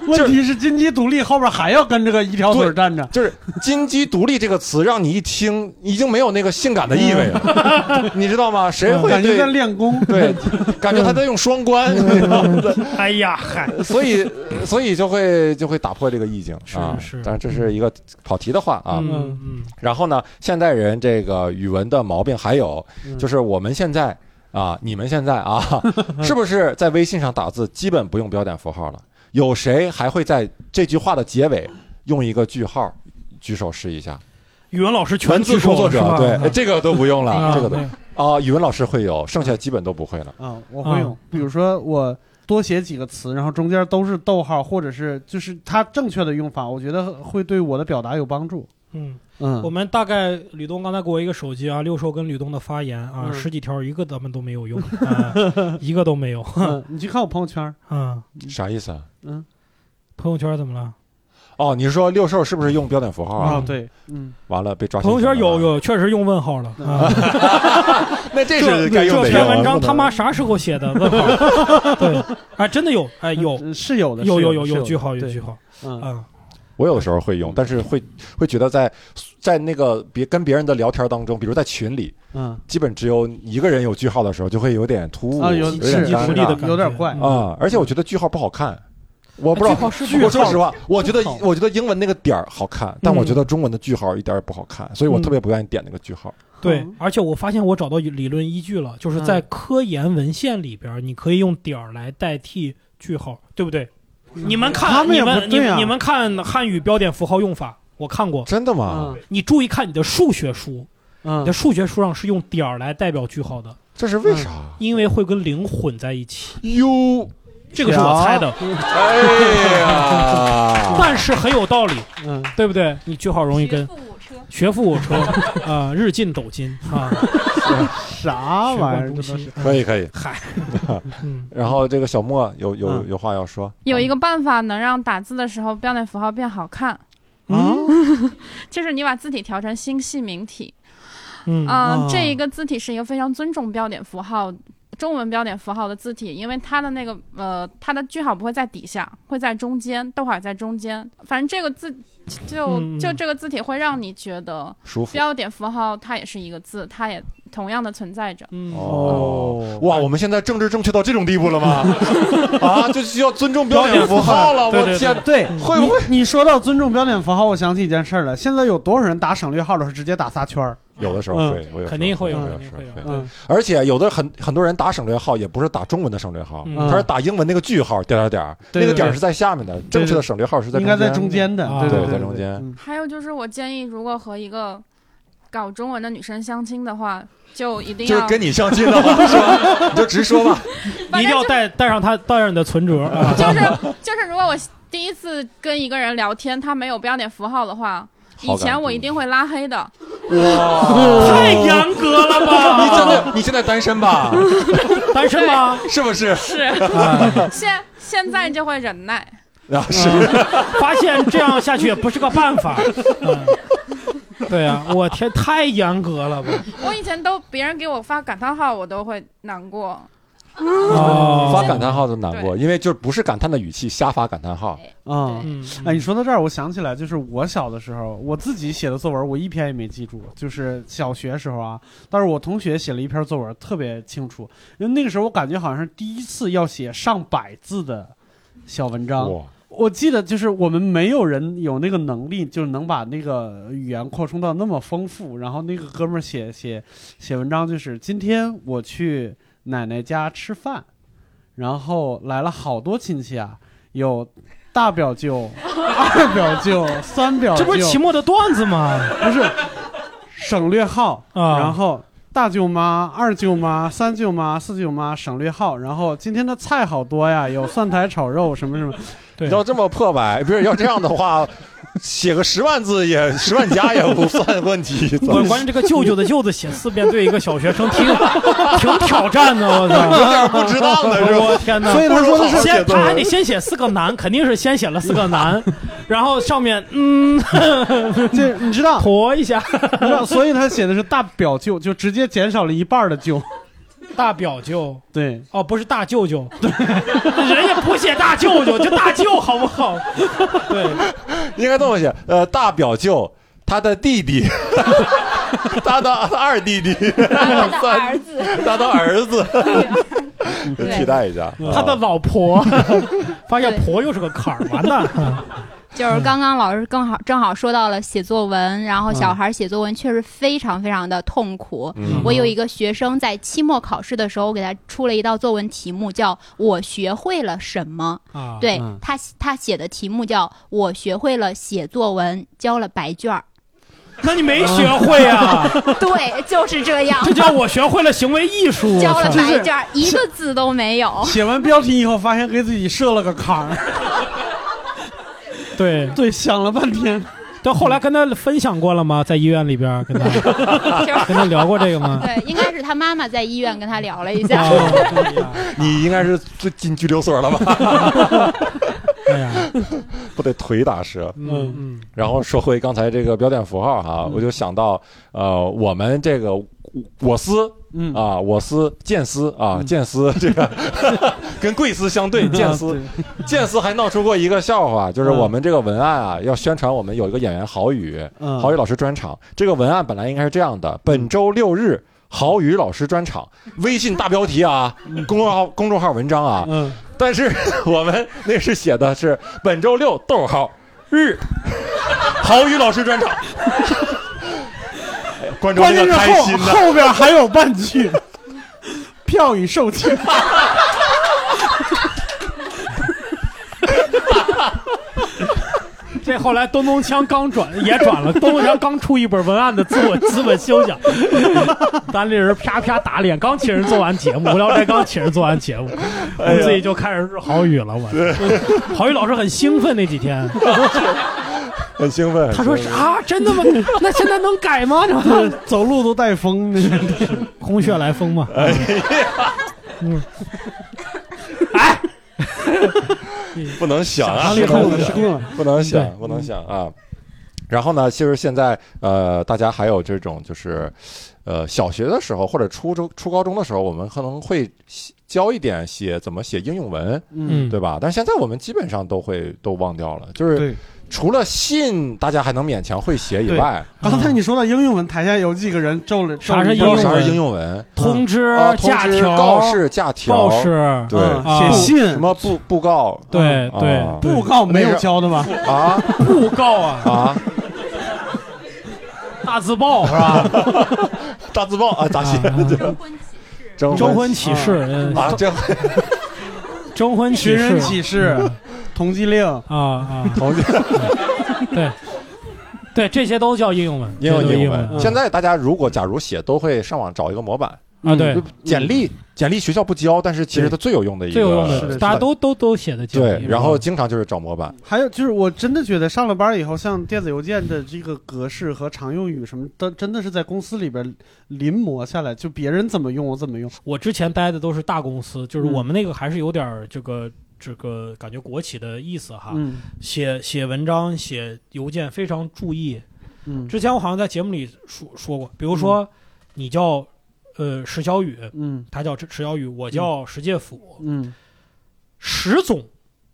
C: 问题是金鸡独立后边还要跟这个一条腿站着，
B: 就是“金鸡独立”这个词，让你一听已经没有那个性感的意味了，
C: (laughs)
B: 你知道吗？谁会
C: 嗯感觉在
B: 对？
C: 练功。
B: 对，感觉他在用双关，你知道吗
D: 哎呀，嗨，
B: (laughs) 所以呃所以就会就会打破这个意境啊。
D: 是是
B: 当然这是一个跑题的话啊。
D: 嗯嗯
B: 然后呢，现代人这个语文的毛病还有
C: 嗯
B: 就是我们现在啊，你们现在
D: (laughs)
B: 啊，是不是在微信上打字基本不用标点符号了？有谁还会在这句话的结尾用一个句号？举手试一下，
D: 语文老师全
B: 文字
D: 举手
B: 工作
D: 是
B: 者
D: 吧
B: 对哎这个都不用了，
D: 啊
B: 这个都
D: 对
B: 啊，语文老师会有，剩下基本都不会了。
C: 啊， (laughs) 我会用，比如说我多写几个词，然后中间都是逗号，或者是就是它正确的用法，我觉得会对我的表达有帮助。
D: 嗯。我
C: 嗯，
D: 们大概吕东刚才给我一个手机啊，六兽跟吕东的发言啊，
C: 嗯
D: 十几条一个咱们都没
C: (laughs)
D: 有用，啊一个都没有
C: 嗯你去看我朋友圈，嗯
D: 啊。
B: 啥意思啊？
D: 朋友圈怎么了？
B: 哦，你是说六兽是不是用标点符号
C: 啊，
B: 啊？
C: 对，嗯，
B: 完了被抓。
D: 朋友圈有，有，确实用问号了啊。
B: (laughs) 那这
D: 这
B: 是该用
D: 这
B: 得
D: 篇
B: 用。
D: 文章他妈啥时候写的？问号。
C: (laughs)
D: 对，哎，真的有，哎有
C: 嗯是有的，
D: 有
C: 是
D: 有
C: 有的
D: 有
C: 是有
D: 有句号有
C: 的
D: 句号
C: 对嗯，
D: 啊。
B: 我有的时候会用，但是会会觉得在在那个别跟别人的聊天当中，比如在群里，
C: 嗯
B: 基本只有一个人有句号的时候，就会有点突兀，
C: 啊，有
B: 有
C: 是
B: 点
D: 信息
B: 尴
D: 处理的
B: 尬
D: 感觉
C: 有点怪啊
D: 嗯
B: 啊。而且我觉得句号不好看，我不知
D: 句
B: 道。
D: 号是
B: 我说实
D: 话，
B: 话，我觉得
C: 不好嗯
B: 我觉得英文那个点儿好看，但我觉得中文的句号一点儿也不好看，所以我特别不愿意点那个句号。
D: (laughs) 对，而且我发现我找到理论依据了，就是在
C: 嗯
D: 科研文献里边，你可以用点儿来代替句号，对不对？你们
C: 他
D: 看，
C: 们
D: 你
C: 也不
D: 们你
C: 对
D: 们
C: 啊
D: 你们看汉语标点符号用法，我看过。
B: 真的吗？
C: 嗯
D: 你注意看你的数学书，你的
C: 嗯，
D: 数学书上是用点儿来代表句号的，
B: 这是为啥？
D: 因为会跟零混在一起。
B: 哟，
D: 这个是我猜的，
B: 哎呀，
D: (laughs) 但是很有道理，
C: 嗯
D: 对不对？你句号容易
E: 学
D: 跟
E: 富五车，
D: 学富五车啊，日进斗金
C: (laughs)
D: 啊，
C: 啥
D: 学
C: 玩
D: 贯
C: 意儿？
D: 中
C: 这都
D: 西
C: 是。
B: 可以可以。
D: 嗯，
B: (laughs) 然后这个小莫有有
C: 嗯
B: 有话要说，
F: (laughs) 有一个办法能让打字的时候标点符号变好看，
C: 啊，
F: (laughs) 就是你把字体调成新细明体。
D: 嗯
H: 啊
F: 嗯、
C: 哦
F: 这一个字体是一个非常尊重标点符号。中文标点符号的字体，因为它的那个呃，它的句号不会在底下，会在中间，逗号也在中间。反正这个字，就
D: 嗯嗯
F: 就这个字体会让你觉得
B: 舒服。
F: 标点符号它也是一个字，它也同样的存在着。
D: 嗯
B: 哦，哇，我们现在政治正确到这种地步了吗？啊，就需要尊重标点符号了，
D: 标点
B: 我
D: 符
B: 天，
D: 号
B: 嗯
C: 对，
B: 会不会
C: 你你说到尊重标点符号，我想起一件事儿来。现在有多少人打省略号的时候直接打仨圈儿？
B: 有的时候会，我有时候
D: 肯定会有
B: 有的
D: 肯定
B: 时候
D: 会有
B: 会，
C: 嗯，
B: 而且有的很很多人打省略号也不是打中文的省略号，
D: 嗯
B: 他是打英文那个句号点儿点儿点儿，
C: 对
B: 那个点儿
C: 对
B: 是在下面的，正确的省略号是在
C: 应该在中
B: 中间。
C: 间的，
D: 啊
C: 对
B: 对在
C: 对，
B: 中间
C: 嗯
F: 还有就是，我建议，如果和一个搞中文的女生相亲的话，就一定
B: 就是
F: 要
B: 跟你相亲的话，是 (laughs) 吧？你就直说
E: (laughs)
B: 吧。
D: 一定要带带上他，带上你的存折啊。
F: 就是就是，如果我第一次跟一个人聊天，他没有标点符号的话，
B: 好
F: 以
B: 感
F: 前
B: 度
F: 我一定会拉黑
D: (laughs)
F: 的。
B: 哇，
D: 太严格了
B: (laughs)
D: 吧？
B: 你真的你现在单身吧？
D: 单身吗？
B: (laughs) 是不是？
F: 是，现现在就会忍耐。
B: (laughs) 啊，是
D: 嗯发现这样下去也不是个办法。嗯、对啊，我天，太严格了吧？
F: 我以前都别人给我发感叹号，我都会难过。
D: 哦
B: 发感叹号都难过，因为就是不是感叹的语气，瞎发感叹号。
C: 啊。
D: 嗯，
C: 哎，你说到这儿，我想起来，就是我小的时候，我自己写的作文，我一篇也没记住，就是小学时候啊。但是我同学写了一篇作文，特别清楚，因为那个时候我感觉好像是第一次要写上百字的小文章，
B: 哇，
C: 我记得就是我们没有人有那个能力，就是能把那个语言扩充到那么丰富。然后那个哥们儿写写写文章，就是今天我去奶奶家吃饭，然后来了好多亲戚啊，有大表舅、二表舅、三表舅，
D: 这不是期末的段子吗？
C: 不是，省略号，
D: 啊
C: 然后大舅妈、二舅妈、三舅妈、四舅妈省略号，然后今天的菜好多
D: (laughs)
C: 呀，有蒜苔炒肉什么什么。
D: 对
B: 要这么破百， (laughs) 不是要这样的话，写个十万字也十万加也不算问
D: (laughs)
B: 题。
D: 我关键这个舅舅的舅字写四遍对一个小
B: (laughs)
D: 学生挺挺挑战的，我操！
B: 有点不值当的是吧
D: 我天哪！
C: 所以他说的是
D: 先他还得
B: 文。
D: 先写四个男，肯定是先写了四个
B: (laughs)
D: 男，然后上面嗯
C: 这你知道，
D: 驼一下，
C: 你知道， (laughs) 所以他写的是大表舅，就直接减少了一半的舅。
D: (laughs) 大表舅
C: 对，
D: 哦，不是大舅舅，人也不写大舅舅，就大舅好不
B: (laughs)
D: 好？对，
B: (laughs) 应该这么写，呃，大表舅他的弟弟， (laughs) 他的二弟弟，
E: 他的儿子，
B: (laughs) 他的儿子，
E: 对
B: 替代一下。
D: 嗯他的
B: 啊 (laughs)
D: 老婆，发现
E: 对
D: 婆又是个坎儿，完蛋。
E: 就是刚刚老师更好正好说到了写作文，然后小孩儿写作文确实非常非常的痛苦。
B: 嗯
E: 我有一个学生在期末考试的时候，我给他出了一道作文题目，叫“我学会了什么”
D: 啊
E: 对
C: 嗯
E: 他他写的题目叫“我学会了写作文，交了白卷儿。
D: 那你没学
B: (laughs)
D: 会啊？”
E: (laughs) 对，就是这样
D: 这，叫我学会了行为艺术。
E: 交了
D: 我操
E: 白卷儿，一个字都没有。
C: 写完标题以后，发现给自己设了个坎儿。
D: 对，
C: (laughs) 对，想了半
D: (laughs)
C: 天，
D: 但后来跟他分享过了吗？在医院里边儿跟他
E: 其实
D: 跟他聊过这个吗？
E: 对，应该是他妈妈在医院跟他聊了一下。
D: 啊，
B: 你应该是最进拘留所了吧？
D: 哎呀，
B: (laughs) 不得腿打折。
D: 嗯嗯，
B: 然后说回刚才这个标点符号哈、
D: 嗯
B: 我就想到，呃，我们这个我司
C: 嗯，
B: 啊，我司剑司啊，
C: 嗯
B: 剑司这个 (laughs) 跟贵司相
D: (laughs)
B: 对，剑司
C: 对
B: 剑司还闹出过一个笑话，就是
C: 嗯
B: 我们这个文案啊，要宣传我们有一个演员郝宇，
C: 嗯，
B: 郝宇老师专场。这个文案本来应该是这样
D: 嗯
B: 的：本周六日，郝宇老师专场，微信大标题啊，
D: 嗯
B: 公众号公众号文章啊。
C: 嗯，
B: 但是我们那是写的是本周六逗号日，郝宇老师专
D: (laughs)
B: 场。哎观众
C: 关
B: 那
C: 键
B: 个
C: 是
B: 开心
C: 后
B: 的，
C: 后边还有半句，票已售罄。
D: 这后来东东锵刚转 (laughs) 也转了，东东锵刚出一
C: (laughs)
D: 本文案的自我资本修养， (laughs) 单立人啪啪打脸，刚请人做完节目，无聊斋刚请人做完节
C: 哎
D: 目，我们自己就开始日郝宇了，我郝宇老师很兴奋那几天，
B: 很兴奋。
D: 他说
B: 很兴奋
C: 啊
D: 啥？真的吗？
C: (laughs)
D: 那现在能改吗？ (laughs) 这
C: 走路都带风，那是 (laughs) 哎
D: 空穴来风嘛。嗯，
B: (laughs) 不能想啊，
D: 想
C: 失
D: 象
C: 控
D: 力
B: 不
C: 了，
B: 能
C: 失
B: 想
C: 控了。
B: 不能想，
D: 对嗯
B: 不能想啊。然后呢，其实现在呃，大家还有这种就是，呃，小学的时候或者初中、初高中的时候，我们可能会写教一点写怎么写应用文，
D: 嗯
B: 对吧？但现在我们基本上都会都忘掉了，就是
C: 对，
B: 除了信大家还能勉强会写以
C: 对
B: 外，
C: 刚才你说到应用文，台下有几个嗯人皱了，皱
D: 啥是
C: 了一
B: 不知道
D: 应用
B: 啥
D: 文
B: 是应用文
D: 通知
B: 啊，、通
D: 假
B: 知、
D: 条、
B: 告示、假条、
D: 告示，
B: 对
C: 嗯
D: 啊
C: 写
B: 什
C: 信
B: 么布布告
D: 对
B: 啊
D: 对
B: 啊，
C: 布告没有教的吧？
B: 啊
D: 布告啊，
B: 啊，
D: 大字报
C: (laughs)
D: 是吧？ (laughs)
B: 大字报啊，咋写？
D: 啊
B: 征
D: 征
B: 婚
D: 婚启事，嗯
B: 啊，征
D: 征婚
C: 寻
D: 启
C: 人
D: 事嗯
C: 启事、通缉令，
D: 啊啊，
B: 同志。
D: 对对，这些都叫应用文，嗯
B: 应
D: 这
B: 用
D: 都
B: 英
D: 应
B: 文。
D: 文
B: 现在大家如果假如写，都会上网找一个模板，
D: 啊，对
B: 就，简历，简历学校不教，但是其实它最有用的一个，
D: 最有用
C: 是的
D: 的，
C: 是
D: 大家都都都写的简历
B: 对。然后经常就是找模板，
C: 还有就是，我真的觉得上了班以后，像电子邮件的这个格式和常用语什么的，真的是在公司里边临摹下来，就别人怎么用我怎么用。
D: 我之前待的都是大公司，就是
C: 嗯
D: 我们那个还是有点儿这个这个感觉国企的意思哈，
C: 嗯
D: 写写文章、写邮件非常注意。
C: 嗯
D: 之前我好像在节目里说说过，比如说你叫呃石小雨，
C: 嗯
D: 他叫石小雨，我叫石介甫，
C: 嗯，
D: 石总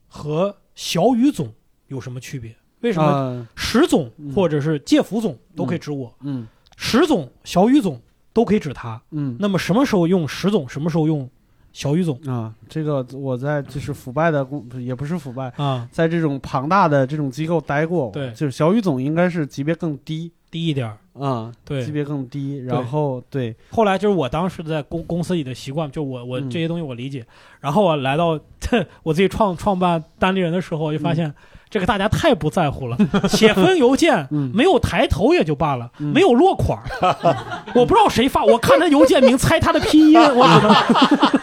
D: 和小雨总有什么区别？为
C: 为
D: 什么石总
C: 嗯
D: 或者是介甫总都可以指我，
C: 嗯
D: 石总、小雨总都可以指他？
C: 嗯
D: 那么什么时候用石总，什么时候用小语总
C: 啊，这个我在就是腐败的公，也不是腐败，
D: 啊，
C: 在这种庞大的这种机构待过，
D: 对
C: 就是小雨总应该是级别更低
D: 低一点儿。
C: 啊，级
D: 对，
C: 别更低，然后对，
D: 后来就是我当时在公公司里的习惯，就我我
C: 嗯
D: 这些东西我理解，然后我来到 (laughs) 我自己创创办单立人的时候，我就
C: 嗯
D: 发现、这个大家太不
C: (laughs)
D: 在乎了，写封邮件。
C: 嗯，
D: 没有抬头也就罢了，
C: 嗯
D: 没有落款儿， (laughs) 我不知道谁发，我看他邮件名猜他的拼音，我只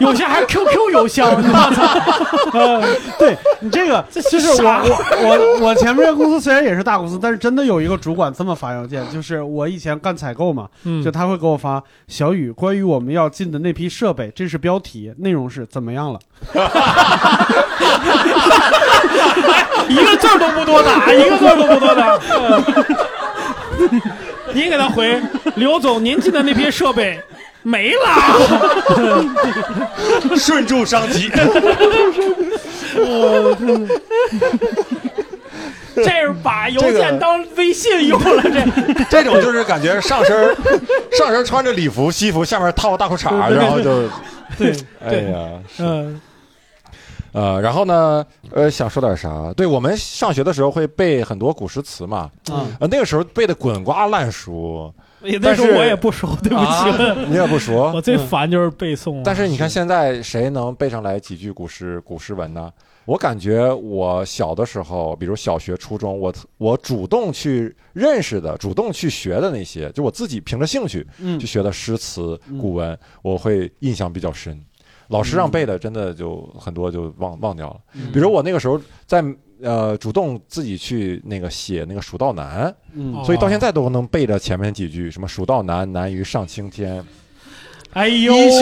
D: 能 (laughs) 有些还是 QQ 邮箱，你
C: (laughs)
D: 知道吗 (laughs)
C: 呃对 (laughs) 你这个
D: 这
C: 就是我
D: 傻
C: 我我我前面公司虽然也是大公司，但是真的有一个主管这么发邮件，就是我以前干采购嘛，
D: 嗯
C: 就他会给我发小雨关于我们要进的那批设备，这是标题，内容是怎么样了？ (laughs)
D: (laughs) 一个字儿都不多打，一个字儿都不多打。 (laughs) 您给他回，刘总，您进的那批设备没了。
B: (laughs)
I: 顺住伤
D: (laughs)
I: 及。
D: 哦嗯这是把邮
B: 这
D: 件
B: 个
D: 当微信用了，这
B: (laughs) 这种就是感觉上身儿 (laughs) 上身儿穿着礼服、西服，下面套个大裤衩，
D: 对对对
B: 然后就
D: 对，
B: 哎呀，
D: 嗯
B: 呃，然后呢，呃，想说点啥？对我们上学的时候会背很多古诗词嘛，
C: 啊，
B: 呃，那个时候背的滚瓜烂熟，
D: 嗯也那
B: 但
D: 时
B: 是啊
D: 候我也不熟，对不起，
B: 你也不熟
D: (laughs)
B: 嗯
D: 我。最烦就是背诵
C: 啊
D: 啊了。
B: 但是你看现在谁能背上来几句古诗、古诗文呢？我感觉我小的时候，比如小学、初中，我我主动去认识的、主动去学的那些，就我自己凭着兴趣
C: 嗯
B: 去学的诗词
C: 嗯、
B: 古文，我会印象比较深。老师让背的，真的就很多就忘忘掉了。
C: 嗯
B: 比如我那个时候在呃主动自己去那个写那个《蜀道难
C: 嗯》，
B: 所以到现在都能背着前面几句，什么“蜀道难，难于上青天”。
D: 哎呦，哎
B: 一须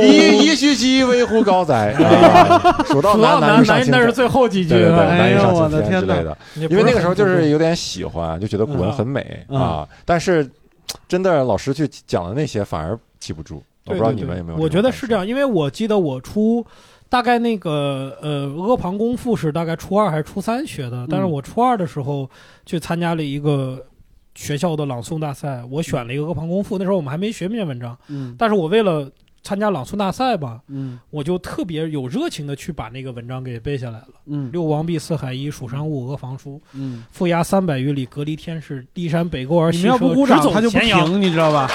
D: (laughs)
B: 一一须其微乎高哉， (laughs) 啊蜀道
D: 主
B: 难
D: 要
B: 难
D: 难
B: 于上
D: 难
B: 青
D: 那
B: 天
D: 是。最后几句
B: 对对对，
D: 了，
C: 哎
B: 难于
C: 呦
B: 上
C: 我
B: 青
C: 的
B: 天之
C: 天
B: 类的，
D: 因
B: 因为那个时候就是有点喜欢，就觉得古文很美
C: 嗯
B: 啊。但是真的老师去讲的那些反而记不住，我不
D: 对
B: 知道
D: 对
B: 你
D: 对
B: 们有没有？
D: 我觉得是这。样，因为我记得我初大概那个呃阿房宫赋是大概初二还是初三学的，但是
C: 嗯
D: 我初二的时候去参加了一个。学校的朗诵大赛，我选了一个《阿房宫赋》，那时候我们还没学那篇文章，
C: 嗯
D: 但是我为了参加朗诵大赛吧，
C: 嗯
D: 我就特别有热情的去把那个文章给背下来了。
C: 嗯
D: 六王毕，四海一，蜀山兀，阿房书，
C: 嗯，
D: 负压三百余里，隔离天是骊山北沟而
C: 你
D: 西
C: 们要
D: 涉，
C: 不鼓掌
D: 直走
C: 他就不
D: 咸阳
C: 停，你知道吧？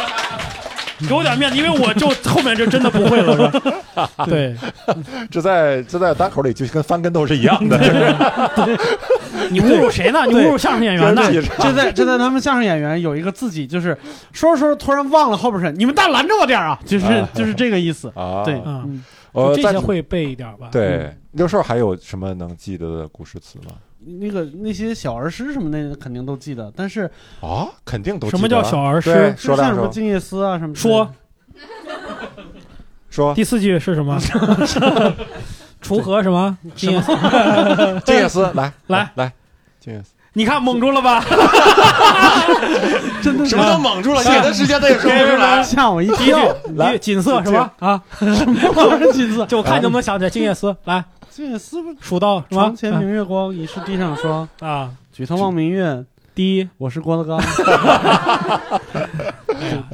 D: 给我点面子，因为我就后面就真的不会了。是吧 (laughs) 对，
B: (laughs) 这在这在单口里就跟翻跟头是一样的， (laughs)
D: 你侮辱谁呢？你
C: 对
D: 侮辱相声演员呢？
C: 这在这在他们相声演员有一个自己就是说着说着突然忘了后边是你们大拦着我点儿啊，就是
B: 啊
C: 就是这个意思。
B: 啊。
C: 对，
D: 啊
C: 嗯，
B: 呃，
D: 这
B: 在
D: 些会背一点吧？，嗯
B: 对六兽还有什么能记得的古诗词吗？
C: 那个那些小儿诗什么的肯定都记得，但是
B: 啊，肯定都
D: 什么
B: 记得
D: 叫小儿
B: 对
D: 诗？
C: 就
B: 说
C: 像
B: 两
C: 什么
B: 首
C: 《静夜思》啊什么之类的
D: 说
B: 说
D: 第四句是
C: (laughs)
D: 什么？ (laughs) 锄禾什 (laughs) 么？
C: 什么 (laughs)
B: (laughs)
D: 你
B: 静夜思，来
D: 来
B: 来，静夜思，
D: 你看蒙住了
B: (laughs)
D: 吧？ (laughs)
C: 真的
I: 什么
C: 是
I: 都蒙住了，写的时间他也说不出来。
C: 吓我一
D: 啊第一句
C: 跳，
D: 第锦瑟什么 (laughs) 啊？
C: 我是几次？
D: 就我看你能不能想起来。静夜思，来
C: 《静夜思》不是
D: 数到什么
C: 床前明月光，疑是地上霜，
D: 啊啊？
C: 举头望明月，
D: 第一，
C: 我是郭德纲。
D: (laughs) 哎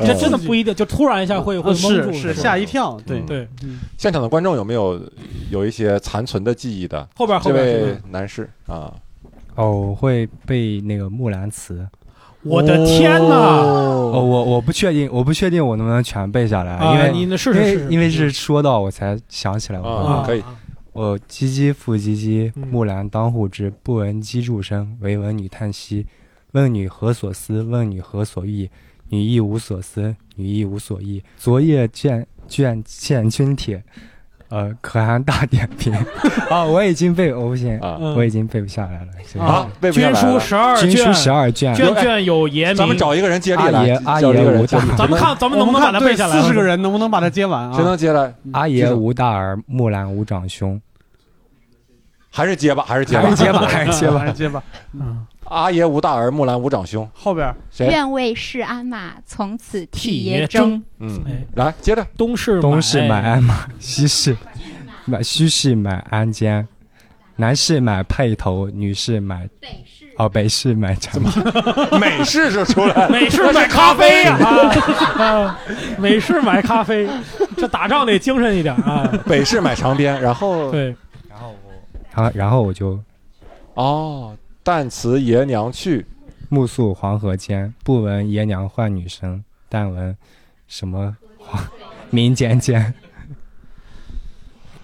D: 这
C: (laughs)
D: 真的不一定，就突然一下会会蒙
C: 是
D: 住。
C: 是
D: 吧
C: 吓一跳，对
B: 嗯
D: 对，
B: 现场的观众有没有有一些残存的记忆的？
D: 后边后
B: 这
D: 边是
B: 位
D: 吧。
B: 男士啊，
J: 哦，我会背那个《木兰辞》。
D: 我的天哪！
J: 哦，
C: 哦，
J: 我我不确定，我不确定我能不能全背下来，因
D: 啊，
J: 为
D: 你那试
J: 因
D: 试
J: 为
D: 试试，
J: 因为是说到我才想起来我。
B: 啊可以
J: 我哦唧唧复唧唧，
D: 嗯
J: 木兰当户织，不闻机杼声，惟闻女叹息。问女何所思？问女何所忆？女亦无所思，女亦无所忆。昨夜倦倦见军帖，呃，可汗大点评。
D: (laughs)
J: 啊，我已经背，我不行，
B: 啊
D: 嗯
J: 我已经背不下来了。这个
B: 啊，背不下
D: 军
B: 来
D: 书
B: 了。哎
D: 十二
J: 军书十
D: 卷，
J: 二卷，
D: 卷卷有爷名。
B: 咱们找一个人接力
J: 阿
B: 来
J: 爷，阿
B: 叫一
J: 爷
B: 个人
J: 无
B: 接力，
J: 大
D: 咱们看，咱们能不能把它背下来？啊
C: 四十个人能不能把它接完啊？
B: 谁能接来？
J: 阿
B: 这
J: 爷
B: 种
J: 无大儿，木兰无长兄。
B: 还是接吧？还是接
J: 还
B: 吧
J: 是？接吧，还是接吧。
C: 来接吧。
B: 阿爷无大儿，木兰无长兄。
C: 后边
B: 谁？
E: 愿为市鞍马，从此替
D: 替
E: 爷
D: 爷
E: 征。
D: 争，
B: 嗯，
D: 哎，
B: 来接着。
D: 东市
J: 东市买鞍马，西市买西市买鞍鞯，南市买辔头，女市买
E: 北市
J: 哦，北市买茶，
D: (laughs)
B: 美式就出来了，
D: 美式买咖啡
I: (laughs)
D: 呀、啊啊，美式买咖啡，这打仗得精神一点啊。
B: (laughs) 北市买长鞭，然后
D: 对，
J: 然后然后我就
B: 哦，旦辞爷娘去，
J: 目宿黄河间，不闻爷娘唤女声，但闻什么黄鸣溅溅。
D: (laughs)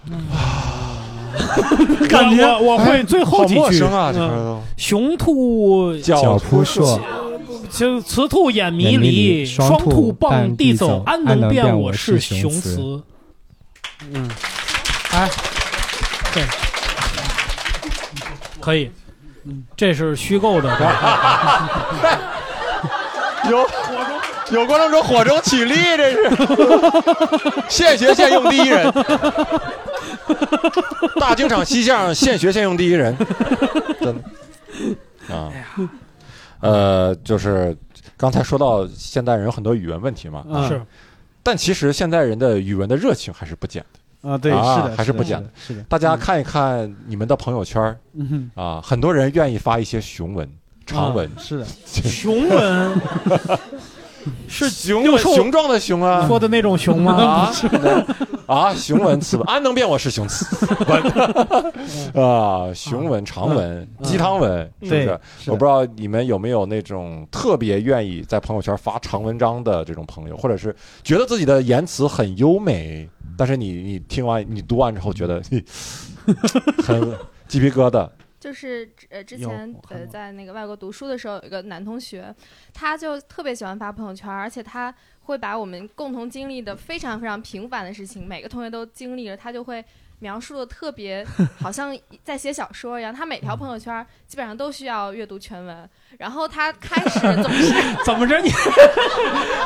B: (laughs)
D: 感觉我会最后
B: 哎好
D: 几
B: 陌
D: 句
B: 生啊，这
D: 嗯
B: 歌都
D: 雄兔
J: 脚
B: 脚
J: 扑朔，
D: (laughs) 就雌兔眼迷
J: 眼迷
D: 离，
J: 离
D: 双
J: 双
D: 兔
J: 兔
D: 傍
J: 傍
D: 地
J: 地
D: 走
J: 走，
D: 安
J: 安
D: 能
J: 能
D: 辨
J: 辨
D: 我
J: 我
D: 是
J: 是
D: 雄
J: 雄
D: 雌
J: 雌。
D: 嗯，哎，对，可以，这是虚构的。
B: (laughs) 有观众说火中起立，这是
D: (laughs)
B: 现学现用第一人。大京厂西巷现学现用第一
D: (laughs)
B: 人，真的啊。
D: 哎
B: 呃，就是刚才说到现代人有很多语文问题嘛，
C: 嗯
D: 是
B: 但其实现代人的语文的热情还是不减的。
C: 啊，对，
B: 啊
C: 是的，
B: 还是
C: 的
B: 不
C: 是
B: 讲
C: 的，是的，
B: 大家看一看你们的朋友圈儿
C: 嗯哼，啊
B: 啊，很多人愿意发一些雄文、长文，(laughs)
C: 是的，
D: 雄
C: (laughs)
D: 文， (laughs) 是
B: 雄
D: 又
B: 文
D: 瘦
B: 雄壮的雄啊，
D: 说的
B: (laughs)
D: 那种熊吗？
B: 啊啊，雄文词本，安能辨我是雄词
C: 嗯
B: 本啊，雄文、长文、鸡汤文，是不
C: 对
B: 是？
C: 是
B: 我不
C: 的
B: 知道你们有没有那种特别愿意在朋友圈发长文章的这种朋友，或者是觉得自己的言辞很优美，但是你你听完你读完之后觉得 (laughs) 很鸡皮疙瘩，
K: 就是呃，之
C: 有
K: 前
C: 我看
K: 呃
C: 过
K: 在那个外国读书的时候，有一个男同学，他就特别喜欢发朋友圈，而且他会把我们共同经历的非常非常平凡的事情，每个同学都经历了，他就会描述的特
C: (laughs)
K: 别，好像在写小说一样。他每
C: 嗯
K: 条朋友圈基本上都需要阅读全文，然后他开始总是
D: 怎么着你？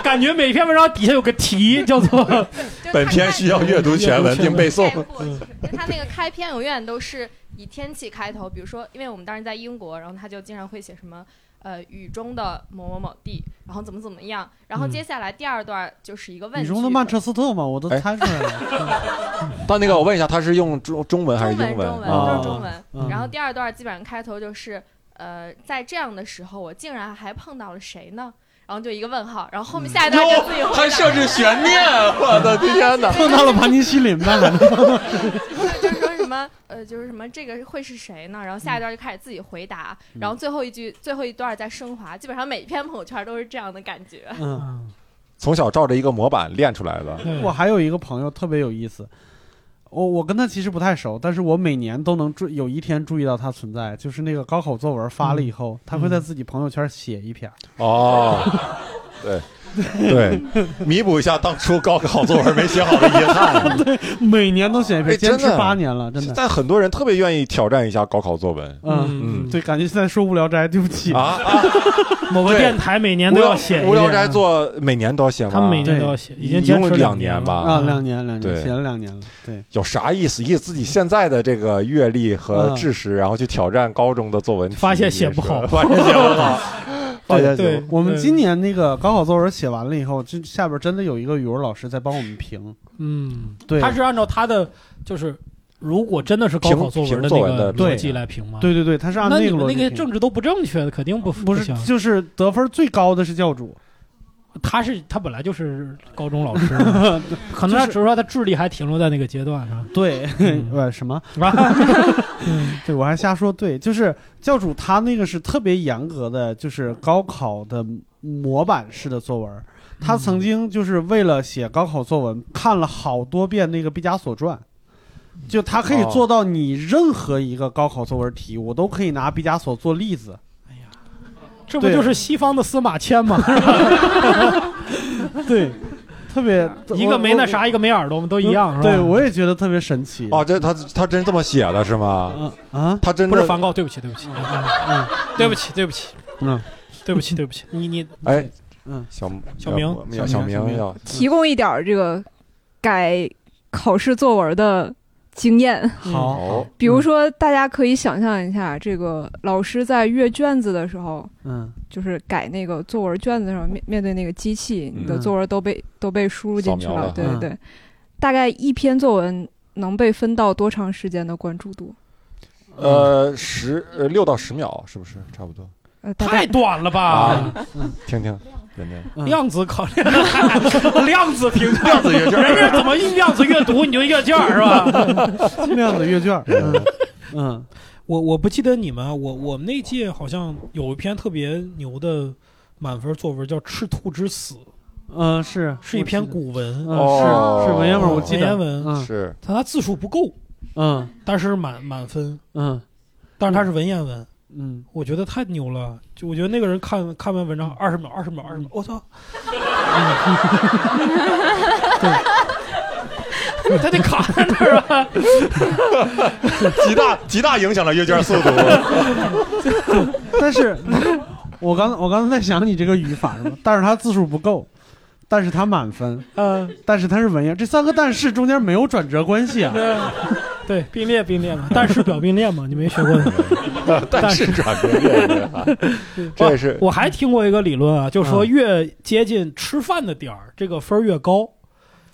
D: 感觉每篇文章底下有个题叫做
K: 就
B: 本
K: 他
B: 篇
K: 开
B: 需要阅读全文并背诵
K: 概。括就是他那个开篇永远都是以天气开头，比如说，因为我们当时在英国，然后他就经常会写什么。呃，雨中的某某某地，然后怎么怎么样，然后
D: 嗯
K: 接下来第二段就是一个问
C: 你
K: 句。
C: 中的曼彻斯特嘛，我都
B: 哎
C: 猜出来
B: (laughs)
C: 了。嗯
B: 但那个我问一下，他是用中中文还是
K: 中
B: 英
K: 文，
B: 文
K: 中文
B: 啊？
K: 都是中文。
C: 嗯
K: 然后第二段基本上开头就是，呃，在这样的时候，我竟然还碰到了谁呢？然后就一个问号，然后后
C: 嗯
K: 面下一段就自己回答。
B: 置悬念，
D: 啊
B: 我的天哪！
C: 碰到了盘尼西林吧？可能
K: 就是说什么呃，就是什么这个会是谁呢？然后下一段就开始自己回答，然后最后一句最后一段在升华，基本上每一篇朋友圈都是这样的感觉。
C: 嗯，
B: (laughs) 从小照着一个模板练出来的。
C: 我还有一个朋友特别有意思，我我跟他其实不太熟，但是我每年都能注有一天注意到他存在，就是那个高考作文发了以后，他会在
D: 嗯
C: 自己朋友圈写一篇。
B: 哦，
D: (laughs)
B: 对对，弥补一下当初高考作文没写好的遗
D: (laughs)
B: 憾。
C: 每年都写一
B: 哎
C: 篇，坚持
B: 真
D: 啊
B: 的
C: 八年了，真
B: 现
C: 的。
B: 在很多人特别愿意挑战一下高考作文
C: 嗯，
B: 嗯
C: 对，感觉现在说无聊斋，对不起
B: 啊。
C: (laughs)
B: 啊！
D: 某个
B: 对
D: 电台每年
B: 无
D: 都要
B: 聊
D: 写一遍
B: 无聊斋做每年都要写吗？
D: 他们每年都要写，已经
B: 一共
D: 坚持
B: 两
D: 年
B: 年吧
D: 了
C: 啊，两年，两年，
B: 对
C: 写了两年了，对，
B: 有啥意思？以自己现在的这个阅历和知识，然后去挑战高中的作文题，
D: 嗯发现写不好
B: 是吧 (laughs) 发
C: (laughs)
B: 现写不好，发现写不
D: 对
B: 好
C: 我们今年那个高考作文写完了以后，这下边真的有一个语文老师在帮我们评，
D: 嗯，
C: 对，
D: 他是按照他的就是，如果真的是高
B: 评
D: 考作文
B: 评
D: 的
B: 作文
D: 那个
B: 的
D: 逻
C: 对
D: 辑来评吗？，
C: 对对对，他是按
D: 那你
C: 个
D: 们
C: 逻
D: 那
C: 辑
D: 个
C: 评
D: 政治都不正确的，肯定不
C: 不是
D: 行。
C: 就是得分最高的是教主，
D: 他是他本来就是高中老师，可能他只是说他智力还停留在那个阶段上，
C: 对，
D: 嗯
C: 呃什么？(laughs)
D: 是吧？
C: 对我还瞎说，对，就是教主他那个是特别严格的，就是高考的模板式的作文。他
D: 嗯
C: 曾经就是为了写高考作文，看了好多遍那个《毕加索传》，就他可以
B: 哦
C: 做到你任何一个高考作文题，我都可以拿毕加索做例
D: (laughs)
C: 子。
D: 这不
C: 对
D: 就是西方的司马迁吗？
C: 对，特别
D: 一个没那，啥，一个没耳朵，我们都
C: 都
D: 一样，是吧？
C: 对，我也觉得特别神奇。
B: 哦，这他他真这么写的是吗？
C: 嗯啊，
B: 他真
D: 不是
B: 的
D: 梵高，对不起，对不起，嗯对不起，对不起，
C: 嗯，
D: 对不起，对不起，你你
B: 哎，
C: 嗯
B: 小
D: 小明
B: 要
C: 小
B: 小
C: 明
B: 明要
G: 提供一点儿这个改考试作文的经验。
C: 好，
B: 哦，
G: 比如说，大家可以想象一下，这个老师在阅卷子的时候，
C: 嗯
G: 就是改那个作文卷子上面面对那个机器，
B: 嗯
G: 你的作文都被都被输入进去
B: 扫描了
G: 对
C: 嗯
G: 对对，大概一篇作文能被分到多长时间的关注度？
B: 呃，十呃六到十秒是不是差不多？
G: 呃大概
D: 太短了吧
B: 啊？，听听，点
D: (laughs)
B: 点。
D: 量子考量，量子评价，
B: 量子阅卷
D: (laughs) 人家怎么一量子阅读你就阅卷是吧？
C: (laughs) 量子阅卷，嗯嗯，
D: 我我不记得你们啊，我我们那届好像有一篇特别牛的满分作文叫《赤兔之死》，
C: 嗯、是
D: 是一篇古文，
C: 嗯
D: 啊
C: 是是文言文，我记得
D: 文言文
C: 嗯、
B: 是
D: 但它字数不够，
C: 嗯，
D: 但是满满分，
C: 嗯，
D: 但是它是文言文，
C: 嗯，
D: 我觉得太牛了，就我觉得那个人看看完文章二十秒，二十秒，二十
C: 嗯
D: 秒，我操，
C: (laughs)
D: 他得卡在那儿啊，
B: (laughs) 极大极大影响了阅卷速度。？
C: 但是，我刚我刚才在想你这个语法是吗？但是它字数不够，但是它满分，
D: 嗯、
C: 但是它是文言，这三个但是中间没有转折关系啊。
D: 对，并列并列嘛，但是表并列嘛，你没学过吗
B: 但是转并列对吧这也是
D: 我我还听过一个理论啊，就说
B: 嗯
D: 越接近吃饭的点儿，这个分儿越高，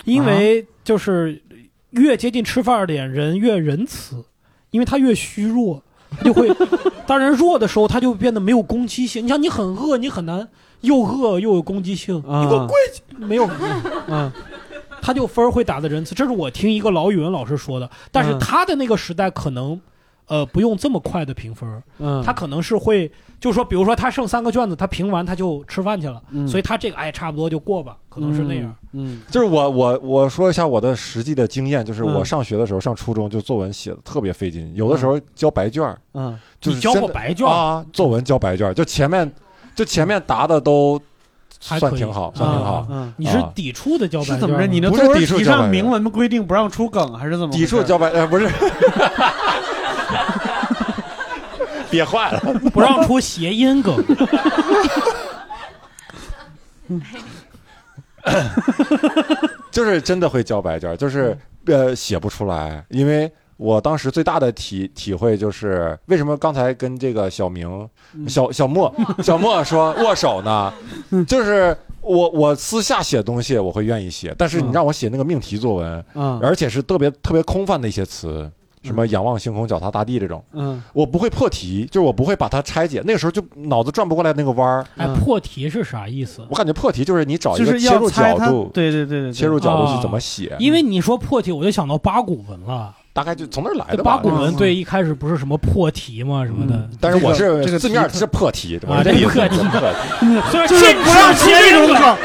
D: 因为就是越接近吃饭的点，人越仁慈，因为他越虚弱，就会，当然弱的时候他就变得没有攻击性。你想，你很饿，你很难又饿又有攻击性，你给我跪下，没有。
C: 嗯，
D: 他就分儿会打的仁慈，这是我听一个老语文老师说的。但是
C: 嗯
D: 他的那个时代可能，呃，不用这么快的评分儿，
C: 嗯
D: 他可能是会，就是说，比如说他剩三个卷子，他评完他就吃饭去了，
B: 嗯
D: 所以他这个哎差不多就过吧，可能是那样。
C: 嗯，
B: 就是我我我说一下我的实际的经验，就是
D: 嗯
B: 我上学的时候，上初中就作文写的特别费劲，有的时候交白卷儿，
C: 嗯，
B: 就是
D: 你交过
B: 真的
D: 白卷儿
B: 啊，作文交白卷儿，就前面就前面答的都
D: 还
B: 算
D: 可以
B: 挺好，算挺好。
C: 嗯，
D: 你是
B: 啊
D: 抵触的交白卷
C: 是
D: 儿
C: 怎么着？你的
B: 不是
C: 作文
B: 抵触
C: 提
B: 交白
C: 上
B: 卷
C: 明文规定不让出梗，啊还是怎么回事？
B: 抵触交白呃不是，憋坏了，
D: 不让出谐音梗。
B: (laughs) 就是真的会交白卷儿，就是
D: 嗯
B: 呃写不出来，因为我当时最大的体体会就是为什么刚才跟这个小明、
D: 嗯
B: 小小莫、小莫说握手呢？就是我我私下写东西我会愿意写，但是
D: 嗯
B: 你让我写那个命题作文，
C: 嗯
B: 而且是特别特别空泛的一些词，
D: 嗯
B: 什么仰望星空、脚踏大地这种。
C: 嗯，
B: 我不会破题，就是我不会把它拆解，那个时候就脑子转不过来那个弯儿。
D: 哎，破题是啥意思？
B: 我感觉破题就是你找一
D: 就
B: 个
D: 是
B: 切
D: 要
B: 入
D: 猜
B: 角
D: 它
B: 度，
C: 对对对对，
B: 切入角
D: 哦
B: 度去怎么写，
D: 因为你说破题，我就想到八股文了。
B: 大概就从那儿来的吧
D: 八股文对，一开始不是什么破题吗？什么的。
B: 嗯但是我是字面 (laughs) 是破题，我
D: 啊
B: 是
D: 这
B: 意思
D: 破
B: 就
D: 题
B: 是破题。
D: 就是
C: 就是
D: 禁
C: 不让
D: 止
C: 出
D: 谐
C: 这
D: 音
C: 种
D: 梗
C: 梗，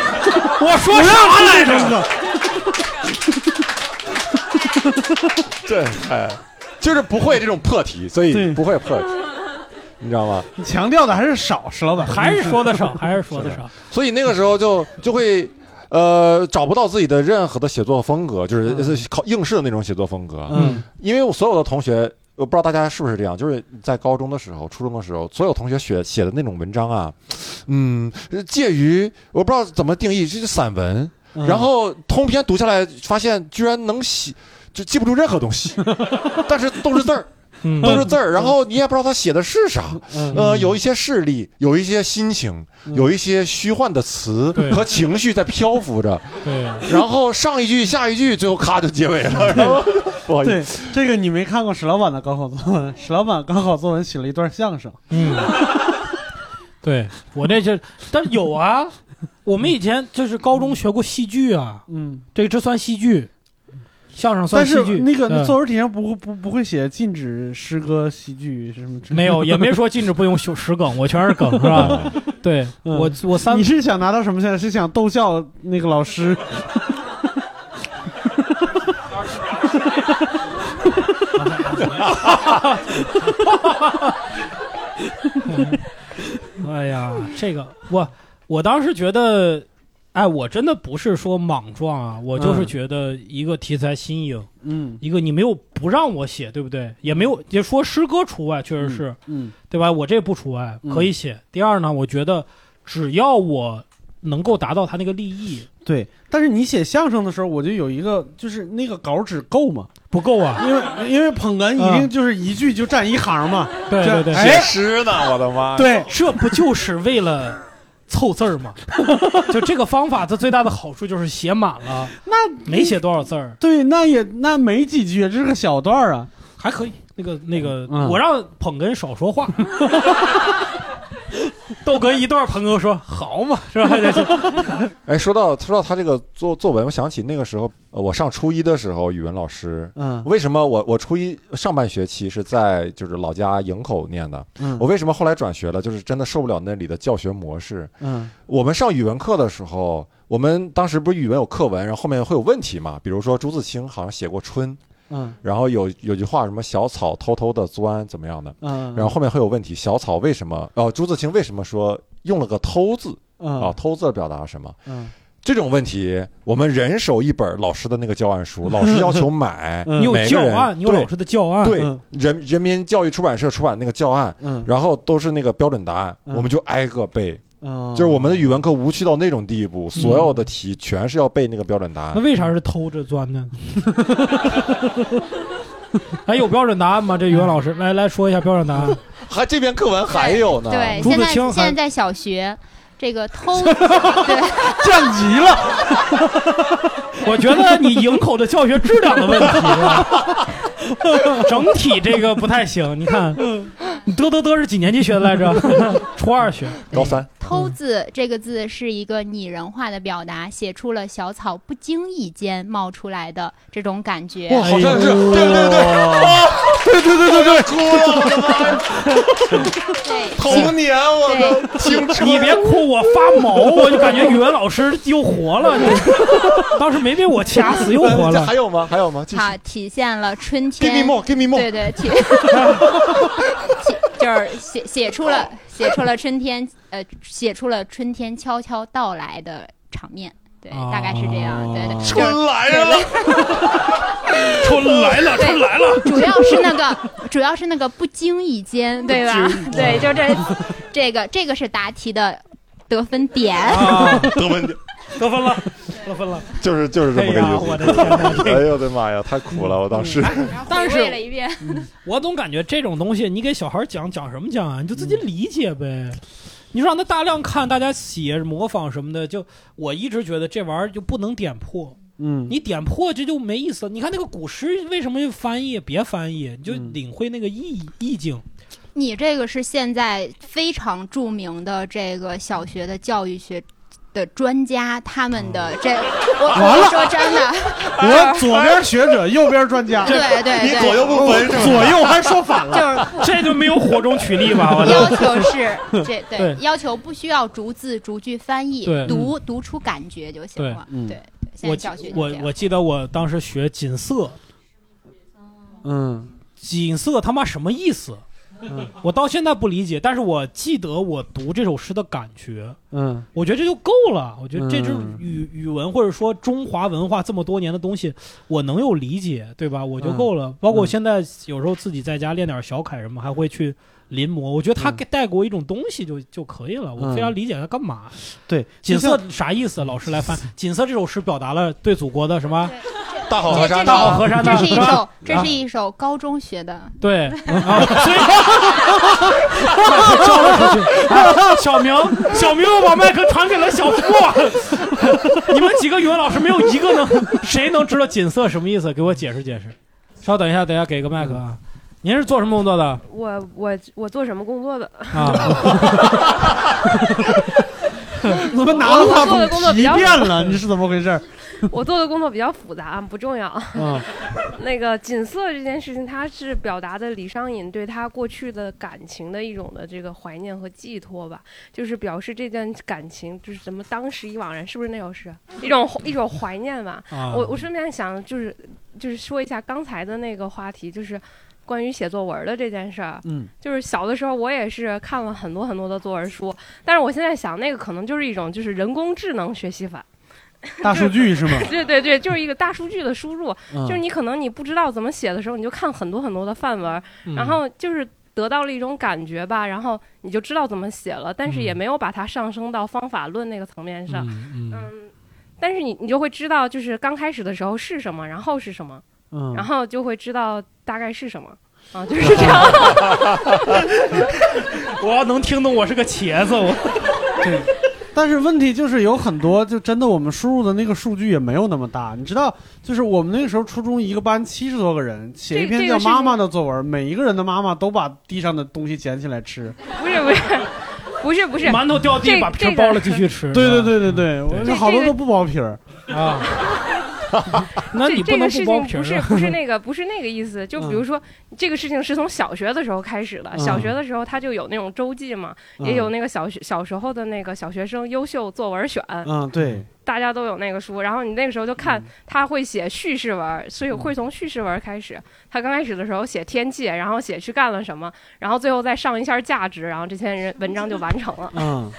D: 我说
C: 不让
D: 啥
C: 出
D: 来
C: 这种
D: 着？
B: (laughs)
C: 梗。
B: 这哎，就是不会这种破题，所以不会破题，你知道吗？
C: 你强调的还是少，石老板
D: (laughs) 还是说得少，还是说得少。
B: 所以那个时候就就会。呃，找不到自己的任何的写作风格，就是是考应试的那种写作风格。
C: 嗯，
B: 因为我所有的同学，呃我不知道大家是不是这样，就是在高中的时候、初中的时候，所有同学写写的那种文章啊，嗯，介于我不知道怎么定义，这是散文。
C: 嗯
B: 然后通篇读下来，发现居然能写，就记不住任何东
C: (laughs)
B: 西，但是都是字儿。
D: 嗯
B: 都是字儿，然后你也不知道他写的是啥，呃，有一些事例，有一些心情，有一些虚幻的词
D: 嗯对
B: 和情绪在漂浮着，
D: 啊对，
B: 然后上一句下一句，最后咔就结尾了，然后不好意思，
C: 对，这个你没看过史老板的高考作文， (laughs) 史老板高考作文写了一段相声，
D: 嗯，对我那就，哎但是有啊，我们以前就是高中学过戏剧啊，
C: (laughs) 嗯，
D: 这个这算戏剧，相声算
C: 但
D: 戏
C: 是
D: 剧。
C: 那个那
D: 嗯
C: 作文题上不不不会写禁止诗歌、戏剧什么之类的，
D: 没有，也没说禁止不用修石梗，我全是梗，是吧？对
C: (laughs) 嗯
D: 我我三
C: 你是想拿到什么现在？是想逗笑那个老
D: (laughs)
C: 师？
D: (laughs) 哎呀，这个我我当时觉得，哎，我真的不是说莽撞啊，我就是
C: 嗯
D: 觉得一个题材新颖，
C: 嗯
D: 一个你没有不让我写，对不对？也没有也说诗歌除外，确实是，
C: 嗯
D: 对吧？我这不除外，
C: 嗯
D: 可以写。第二呢，我觉得只要我能够达到他那个利益，
C: 对，但是你写相声的时候，我就有一个，就是那个稿纸够吗？
D: 不够啊，
C: 因为因为捧哏一定就是一句就占一行嘛。
D: 对对对
C: 这
B: 写
C: 哎，
B: 诗呢，我的妈，，
C: 对，
D: 啊 (laughs) 这不就是为了凑字儿吗？就这个方法，它最大的好处就是写满
E: (laughs)
D: 了，
C: 那
D: 没写多少字儿，
C: 对，那也那没几句，这是个小段儿啊。
D: 还可以。那个那个，
C: 嗯
D: 我让捧哏少说话。豆哥一段，捧哏说好嘛，是吧？ (laughs) 这是
B: 哎，说到说到他这个作作文，我想起那个时候，呃我上初一的时候，语文老师，
C: 嗯
B: 为什么我我初一上半学期是在就是老家营口念的，
C: 嗯
B: 我为什么后来转学了，就是真的受不了那里的教学模式，
C: 嗯
B: 我们上语文课的时候，我们当时不是语文有课文，然后后面会有问题嘛，比如说朱自清好像写过春，
C: 嗯
B: 然后有有句话什么小草偷偷的钻怎么样的，
C: (laughs) 嗯，
B: 然后后面会有问题，小草为什么？哦、朱自清为什么说用了个偷字？
C: 嗯
B: 啊，偷字表达什么？
C: 嗯
B: 这种问题，我们人手一本老师的那个教案
D: (laughs)
B: 书，老师要求买，
C: 嗯
D: 嗯你有
B: 每
D: 教
B: 个人
D: 案，你有
B: 对
D: 老师的教案，嗯
B: 对，人人民教育出版社出版那个教案，
C: 嗯
B: 然后都是那个标准答案，
D: 嗯
B: 我们就挨个背。
C: 嗯，
B: 就是我们的语文课无趣到那种地步，所有的题全是要背那个标准答
D: 那
B: 案。
D: 为啥是偷着钻呢？ (laughs) 哎，有标准答案吗？这语文老师，来来说一下标准答案。
B: 还这篇课文还有呢
E: 对，
D: 啊朱
E: 现
D: 自
E: 在
D: 清
E: 现在
D: 还
E: 在小学，这个偷对
D: 降级了。 (laughs) 我觉得你营口的教学质量的问题啊，整体这个不太行。你看，你嘚嘚嘚是几年级学的来着？ (laughs) 初二学，
B: 高三。
E: (laughs) 偷字这个字是一个拟人化的表达，写出了小草不经意间冒出来的这种感觉。
B: 哇，好像是，
D: 哎呦
B: 对对对，啊对对对对对，哭了，我的妈呀！童年，我的青春，
D: 你别哭，我发毛，我就感觉语文老师又活了。 (laughs) 你当时没被我掐死，又活
B: 这
D: 了
B: 还。有吗？还有吗？啊继续
E: 它体现了春
B: Give
E: 天
B: me more, give me more。(laughs)
E: 对对，体 (laughs) 体就是写写出了写出了春天，呃，写出了春天悄悄到来的场面。对，
D: 哦
E: 大概是这样。对对，就是
I: 春来了，春来了，春来了，
E: 主要是那个， (laughs) 主要是那个不经意间，对吧？ (laughs) 对，就这，这个这个是答题的得分点。 (laughs)
D: 啊，
B: 得分点
D: 得分了，得分了。
B: 就是就是这么
D: 哎呀，我的天哪！
B: (laughs) 个。哎呦我的妈呀，太苦了，我当时。
D: 但是
E: 回味了一遍，
D: 我总感觉这种东西，你给小孩讲讲什么讲啊？你就自己理解呗。你说让他大量看，大家写模仿什么的，就我一直觉得这玩意儿就不能点破。
C: 嗯
D: 你点破这就没意思。你看那个古诗为什么翻译？别翻译，你就
C: 嗯
D: 领会那个意意境。
E: 你这个是现在非常著名的这个小学的教育学的专家，他们的这，我
C: 完了
E: 我说真的，
C: 我左边学者，右边专家，
E: 对对
I: 你左
E: 对，
I: 右不分是吧？
C: 哦左右还说反
E: 就
C: 了。
E: 是
D: 这就没有火中取栗吧？我
E: 要
D: 的
E: 求是这
D: 对
E: 对要求不需要逐字逐句翻译
D: 对，
E: 读读出感觉就行了。
C: 对嗯
E: 对，对现
D: 我
E: 在小
D: 记
E: 学就
D: 我
E: 这样
D: 我记得我当时学锦瑟，
C: 嗯
D: 锦瑟他妈什么意思？
C: 嗯
D: 我到现在不理解，但是我记得我读这首诗的感觉。
C: 嗯
D: 我觉得这就够了。我觉得这就是
C: 嗯
D: 语、语文或者说中华文化这么多年的东西，我能有理解，对吧？我就
C: 嗯
D: 够了。包括我现在有时候自己在家练点小楷什么，还会去临摹。我觉得他
C: 嗯
D: 给带给我一种东西就就可以了。我非常理解他干嘛。
C: 对，
D: 锦
C: 就像
D: 瑟啥意思？老师来翻《锦瑟》这首诗，表达了对祖国的什么？
B: 大好河
E: 这
B: 山，
E: 这
B: 大好
D: 好河山
E: 这
D: 呢
E: 是一
D: 是吧
E: 首这
D: 啊
E: 是一首高中学
D: (laughs)
E: 的，
D: 对，啊，所以
E: (laughs)
D: 交了出去。啊小明，小明又把麦克传给了小付。你们几个语文老师没有一个能，谁能知道锦瑟什么意思？给我解释解释。稍等一下，等一下给个麦克啊。您是做什么工作的
H: 我我我做什么工作的？
D: 啊？
C: (laughs) 怎么拿着话筒皮变了？你是怎么回事？
H: (laughs) 我做的工作比较复杂，不重要。
D: 啊
C: 嗯
H: (laughs) 那个锦瑟这件事情，它是表达的李商隐对他过去的感情的一种的这个怀念和寄托吧，就是表示这段感情就是怎么当时已惘然，是不是那首诗？一种一种怀念吧。
D: 啊
H: 我我顺便想就是就是说一下刚才的那个话题，就是关于写作文的这件事儿。
C: 嗯
H: 就是小的时候，我也是看了很多很多的作文书，但是我现在想，那个可能就是一种就是人工智能学习法。
C: 大数据是吗？
H: (laughs) 对对对，就是一个大数据的输入，
C: 嗯
H: 就是你可能你不知道怎么写的时候，你就看很多很多的范文，
D: 嗯
H: 然后就是得到了一种感觉吧，然后你就知道怎么写了，但是也没有把它上升到方法论那个层面上。
D: 嗯嗯
H: 嗯，但是你你就会知道，就是刚开始的时候是什么，然后是什么，
C: 嗯，
H: 然后就会知道大概是什么。啊，就是这样。
D: 我要能听懂，我是个茄子。我
C: 但是问题就是有很多，就真的我们输入的那个数据也没有那么大。你知道，就是我们那个时候初中一个班七十多个人，写一篇
H: 这个
C: 叫
H: 是
C: 《妈妈》的作文，每一个人的妈妈都把地上的东西捡起来吃。
H: 不是不是不是不是，
D: 馒头掉地
H: 这
D: 把皮儿
H: 这个
D: 剥了继续吃
C: 对对对对对，我
H: 这
C: 好
H: 这
C: 多
H: 个
C: 都不剥皮儿
D: 啊。那
H: 这
D: 你不
H: 这
D: 能
H: 个
D: 不
H: 事情
D: 剥皮
H: 不
D: 儿
H: 是
D: 啊。
H: 不是那个不是那个意思，就比如说、这个事情是从小学的时候开始的，
D: 嗯
H: 小学的时候他就有那种周记嘛，
C: 嗯
H: 也有那个小学小时候的那个小学生优秀作文选，
C: 嗯，对，
H: 大家都有那个书，然后你那个时候就看
D: 嗯
H: 他会写叙事文，所以会从叙事文开始。他刚开始的时候写天气，然后写去干了什么，然后最后再上一下价值，然后这篇人文章就完成了，
C: 嗯，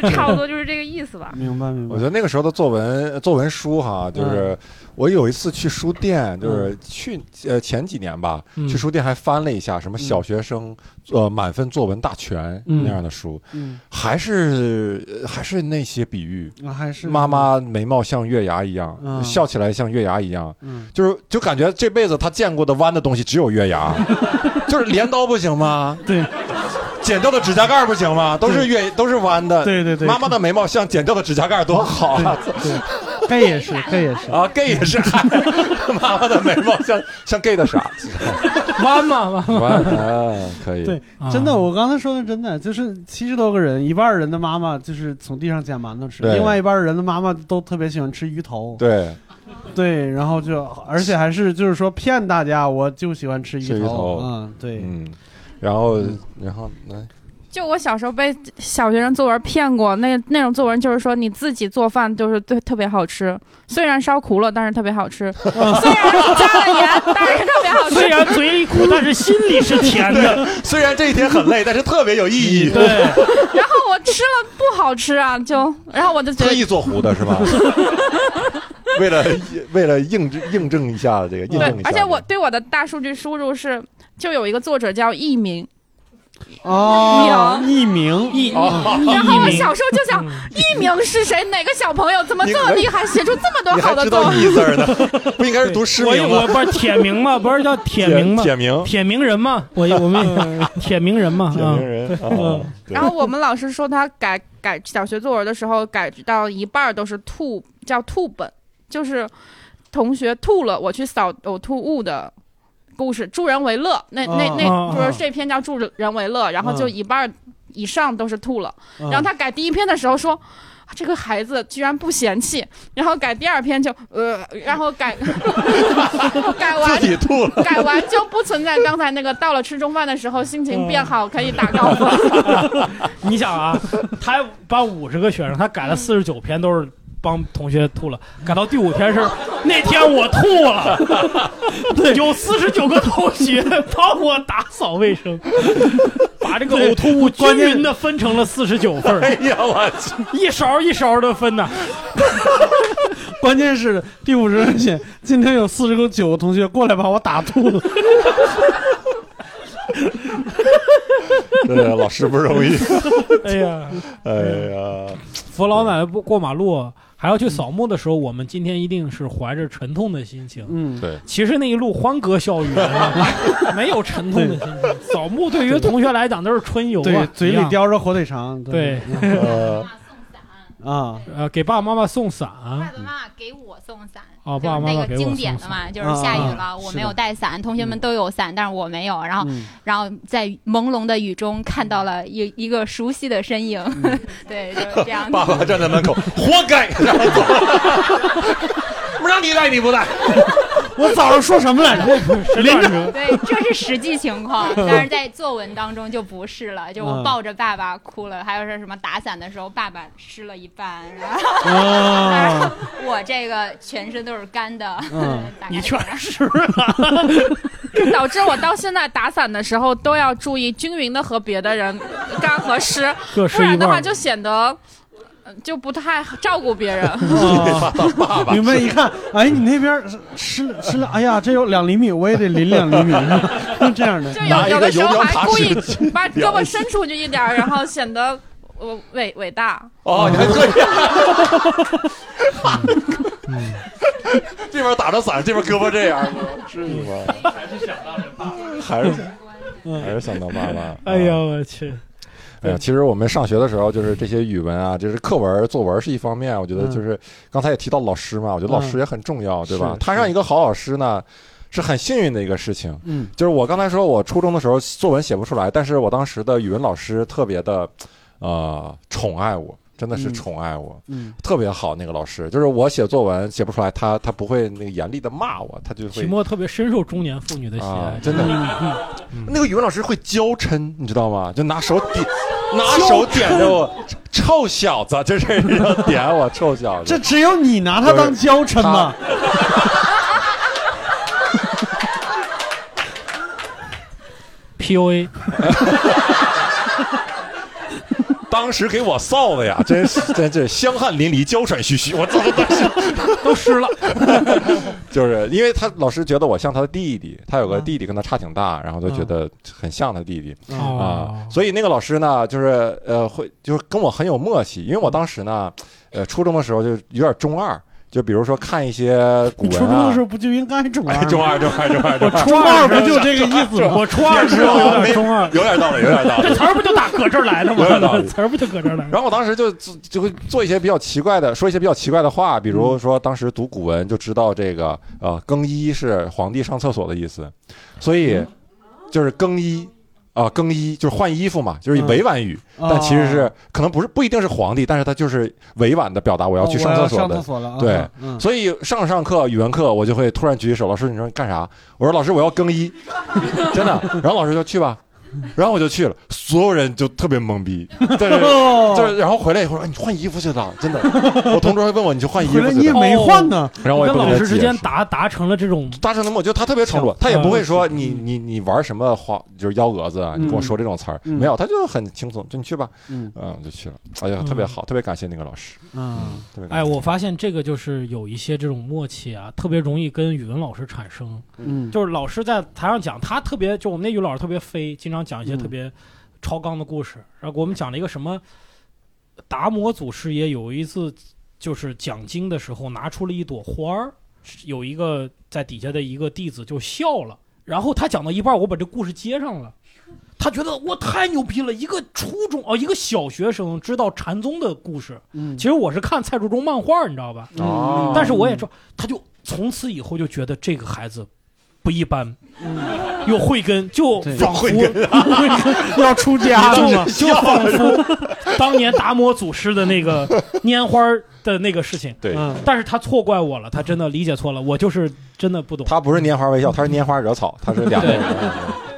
H: 就差不多就是这个意思吧。
D: (laughs)
C: 明白嗯明
B: 白。我觉得那个时候的作文作文书哈，就是我有一次去书店，
C: 嗯
B: 就是去呃前几年吧，
D: 嗯
B: 去书店还翻了一下什么小学生呃满分作文大全
D: 嗯
B: 那样的书，
C: 嗯嗯
B: 还是呃还是那些比喻，
C: 啊还是
B: 妈妈眉毛像月牙一样，
C: 嗯
B: 笑起来像月牙一样，
C: 嗯
B: 就是就感觉这辈子她见过的弯的东西只有月
C: (laughs)
B: 牙，就是镰刀不行吗？
C: 对。
B: 剪掉的指甲盖儿不行吗？都是月，都是弯的。
C: 对对对
B: 呃妈妈的眉毛像剪掉的指甲盖儿，多好啊！
C: ，gay
F: (laughs)
C: 也是，gay 也是
B: 啊，gay 也是， (laughs) 嗨妈妈的眉毛像像 gay 的傻
C: (laughs)
B: 子，
D: 弯嘛弯
B: 弯啊，可以。
C: 对，真的，我刚才说的真的，就是七十多个人，一半儿人的妈妈就是从地上捡馒头吃，
B: 对
C: 另外一半儿人的妈妈都特别喜欢吃鱼头。
B: 对
C: 对，然后就而且还是就是说骗大家，我就喜欢吃鱼
B: 吃鱼头
C: 嗯，对，
B: 嗯，然后然后来，
F: (laughs) 就我小时候被小学生作文骗过，那那种作文就是说你自己做饭就是对特别好吃，虽然烧糊了，但是特别好
D: (laughs)
F: 吃，虽然加了盐，但是特别好吃。
D: 虽然嘴里苦，但是心里是甜的。
B: 虽然这一天很累，但是特别有意
C: 嗯
B: 义。
D: 对，
F: (laughs) 然后我吃了不好吃啊，就然后我就觉
B: 特意
F: 得。
B: 做 (laughs) 糊的是
C: (laughs)
B: 吧？为了为了印证印证一下这个印
F: 对
B: 证一，下，
F: 而且我对我的大数据输入是，就有一个作者叫佚名，
C: 哦，艺名，
D: 艺
F: 然后我小时候就想，佚名是谁？哪个小朋友怎么这么厉害，写出这么多
B: 你
F: 好
B: 还
F: 的
B: 知
F: 作
B: 道
F: (laughs) 文？
B: 义字儿呢，不应该是读诗
D: 我以
B: 名吗？
D: 我不是铁名嘛，不是叫铁名嘛，
B: 铁名
D: 铁名人嘛，我我 (laughs) 们铁名人嘛，
B: 铁
D: 啊
B: 名人
D: 对
B: 啊
D: 嗯
B: 对
F: 然后我们老师说他改改小学作文的时候，改到一半儿都是吐，叫吐本，就是同学吐了，我去扫呕吐物的。故事助人为乐，那那
C: 啊
F: 那，
C: 啊
F: 比如
C: 啊
F: 说这篇叫助人为乐，然后就一半儿以上都是吐了。
C: 啊
F: 然后他改第一篇的时候说，啊这个孩子居然不嫌弃，然后改第二篇就呃，然后改 (laughs) 改完
B: 自己吐
F: (laughs)
B: 了，
F: 改完就不存在刚才那个到了吃中饭的时候心情变
C: 嗯
F: 好可以打高分。
D: (laughs) 你想啊，他把五十个学生，他
B: 嗯
D: 改了四十九篇，都是帮同学吐了。改到第五篇是那天我吐了，
B: (laughs)
D: 对，有四十九个同学帮我打扫卫生，把这个呕吐物均匀的分成了四十九份儿，
B: 哎呀我去，
D: 一勺一勺的分呐。
C: (laughs) 关键是第五十人写， (laughs) 今天有四十九个同学过来把我打吐了，
B: 对老师不容
C: (laughs)
B: 易。
D: 哎呀，
B: 哎呀，
D: 扶老奶奶不过马路，还要去扫墓的时候，我们今天一定是怀着沉痛的心情。
C: 嗯，
B: 对，
D: 其实那一路欢歌
C: (laughs)
D: 笑语啊，没有沉痛的心情。扫墓对于同学来讲都是春游
C: (laughs)
D: 啊，
C: 对，嘴
D: 一
C: 里
D: 样
C: 叼着火腿肠，
D: 对，
B: 呃，
C: (laughs) 啊，
D: 呃，给爸爸妈妈送伞，
E: 爸爸妈妈给我送伞，
D: 哦，
E: 就
D: 爸爸
E: 是
D: 妈妈
E: 那
D: 给
E: 个
D: 我送
E: 经典
D: 伞
E: 的嘛，就是
D: 啊
E: 下雨
D: 啊
E: 了，我
D: 是
E: 没
D: 的嗯
E: 有带伞，同学们都有伞，但是我没有。然后，
C: 嗯
E: 然后在朦胧的雨中看到了一一个熟悉的身影，
D: 嗯
E: (laughs) 对，就是这样。
B: (laughs) 爸爸站在门口，活
D: (laughs)
B: 该，然后走了，不让你带你不带，
C: 我早上说什么 (laughs) 来着？
D: 林着
E: 对，这是实际情
D: (laughs)
E: 况，但是在作文当中就不是了。就
D: 嗯
E: 我抱着爸爸哭了，还有是什么打伞的时候，爸爸湿了一半，然后 (laughs)
D: 啊
E: 然后我这个全身都是干的，
C: 嗯
E: 大概
D: 你
E: 是
D: 全
E: 这样
D: 是啊，
F: (laughs) 导致我到现在打伞的时候都要注意均匀的和别的人干和湿，
D: 各
F: 不
D: 是一
F: 然的话
D: 半。
F: 就显得呃就不太照顾别
B: (laughs)
F: 人。
B: 爸爸
C: 嗯明白一看，哎，你那边是湿湿了，哎呀，这有两厘米，我也得淋两厘米， (laughs) 就这样的
F: 就。
B: (laughs) 拿
F: 有
B: 一个
F: 有的时候
B: 油
F: 还
B: 条
F: 故意
B: 塔式
F: 把胳膊伸出去一点儿，然后显得我伟伟大。
B: (laughs) 哦，你还这样， (laughs) 这边打着伞，这边胳膊这样，至于吗？
D: (laughs)
B: (laughs) 还是想到人爸爸，还是还是想到妈妈。
D: 哎呀，我去，
B: 哎呀，其实我们上学的时候，就是这些语文啊，就是课文、作文是一方面。我觉得就是刚才也提到老师嘛，我觉得老师也很重要，对吧
A: 是？
B: 摊上一个好老师呢，是很幸运的一个事情。
C: 嗯，
B: 就是我刚才说，我初中的时候作文写不出来，但是我当时的语文老师特别的，呃，宠爱我，真的是
A: 嗯
B: 宠爱我，
C: 嗯，
B: 特别好那个老师。就是我写作文写不出来，他他不会那个严厉的骂我，他就
D: 期
B: 会
D: 末特别深受中年妇女的喜爱
B: 啊，真的
D: 嗯 (laughs)
B: 那个语文老师会娇嗔，你知道吗？就拿手点，拿手点着我，臭小子，这是要点我，臭小子。
C: (laughs) 这只有你拿他当娇嗔吗？
D: PUA，
B: (laughs) 当时给我臊的呀，真是真是香汗淋漓，娇喘吁吁，我操，当时
D: 都湿了。
B: (laughs) 就是因为他老师觉得我像他的弟弟，他有个弟弟跟他差挺大，然后就觉得很像他弟弟
A: 嗯
C: 哦
B: 啊、所以那个老师呢，就是呃会就是跟我很有默契，因为我当时呢，呃初中的时候就有点中二。就比如说看一些古
C: 你初
B: 文
C: 中
B: 啊
C: 的时，候不就应该中二吗？
B: 中二，中二，中二，中
C: 我初二不就这个意思吗？
D: 我初二
B: 时候有点中二，有点道理，有点道理。
D: 这词儿不就打搁这儿来的吗？
B: 有点道理
D: 词儿不就搁这儿来的？
B: 然后我当时就就就会做一些比较奇怪的，说一些比较奇怪的话，
A: 嗯
B: 比如说当时读古文就知道这个呃更衣是皇帝上厕所的意思，所
A: 嗯
B: 以就是更衣。啊、更衣就是换衣服嘛，就是
A: 嗯
B: 委婉语，
A: 哦
B: 但其实是可能不是不一定是皇帝，但是他就是委婉的表达我要去上厕所
A: 哦我
B: 的，
A: 要上厕所了啊
B: 对，
A: 嗯
B: 所以上着上课语文课我就会突然举起手，老师你说你干啥？我说老师我要
A: (laughs)
B: 更衣，真的，然后老师说去吧，然后我就去了，所有人就特别懵逼， (laughs) (laughs) 对，
A: 哦
B: 就是然后回来以后说哎你换衣服去了，真的， (laughs) 我同桌还问我你去换衣服去
D: 回
B: 了，
D: 来你也没换呢
B: 然后我也
D: 跟
B: 不
D: 老
B: 给他
D: 师之
B: 解
D: 间
B: 释
D: 达达成了这种
B: 达成的默契，他特别宠着，他也不会说
D: 嗯
B: 你你你玩什么花就是幺蛾子啊，你跟我说这种词儿，
A: 嗯
B: 没有，他就很轻松，就你去吧，
C: 嗯，
B: 就去了，哎
D: 嗯
B: 呀，特别好，特别感谢那个老师，
C: 嗯，
B: 特别感谢
D: 哎，我发现这个就是有一些这种默契啊，特别容易跟语文老师产生。
C: 嗯
D: 就是老师在台上讲，他特别就我们那语文老师特别飞，经常讲一些
A: 嗯
D: 特别超纲的故事。然后给我们讲了一个什么达摩祖师爷有一次就是讲经的时候拿出了一朵花儿，有一个在底下的一个弟子就笑了。然后他讲到一半，我把这故事接上了。他觉得我太牛逼了，一个初中哦，一个小学生知道禅宗的故事。
C: 嗯
D: 其实我是看蔡楚中漫画，你知道吧？
B: 哦
D: 但是我也知道，他就从此以后就觉得这个孩子不一般，有慧根，就
C: 对
D: 仿佛
C: 有慧根要出家了吗
D: 就就仿佛当年达摩祖师的那个拈花儿的那个事情。
B: 对嗯
D: 但是他错怪我了，他真的理解错了，我就是真的不懂。
B: 他不是拈花微笑，他是拈花惹
D: (laughs)
B: 草，他是两个人。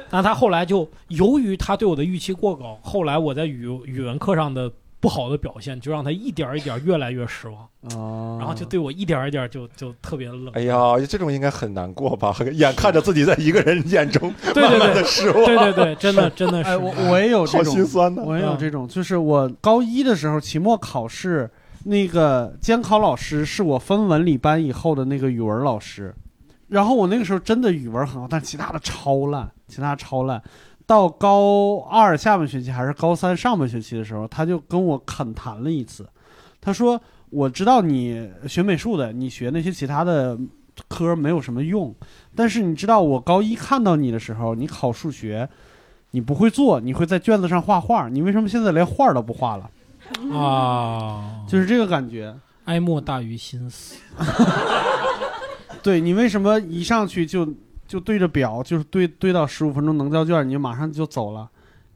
D: 那他后来就由于他对我的预期过高，后来我在语语文课上的不好的表现，就让他一点儿一点儿越来越失望，
B: 嗯
C: 哦，
D: 然后就对我一点儿一点儿就就特别冷。
B: 哎呀，这种应该很难过吧？ (laughs) 眼看着自己在一个人眼中
D: 对
B: 慢慢
D: 对
B: 的
D: 对，
B: 失望，
D: 对对对，真的真的是。嗯
C: 哎，我我也有这种，
B: 好心酸呐
C: 我也有这种，就是我高一的时候期末考试，那个监考老师是我分文理班以后的那个语文老师，然后我那个时候真的语文很好，但其他的超烂，其他超烂。到高二下半学期还是高三上半学期的时候，他就跟我恳谈了一次，他说：“我知道你学美术的，你学那些其他的科没有什么用，但是你知道我高一看到你的时候，你考数学，你不会做，你会在卷子上画画，你为什么现在连画都不画了？
B: 哎
D: 啊，
C: 就是这个感觉，
D: 哀莫大于心死。
C: 对你为什么一上去就就对着表，就是对对到十五分钟能交卷，你就马上就走了，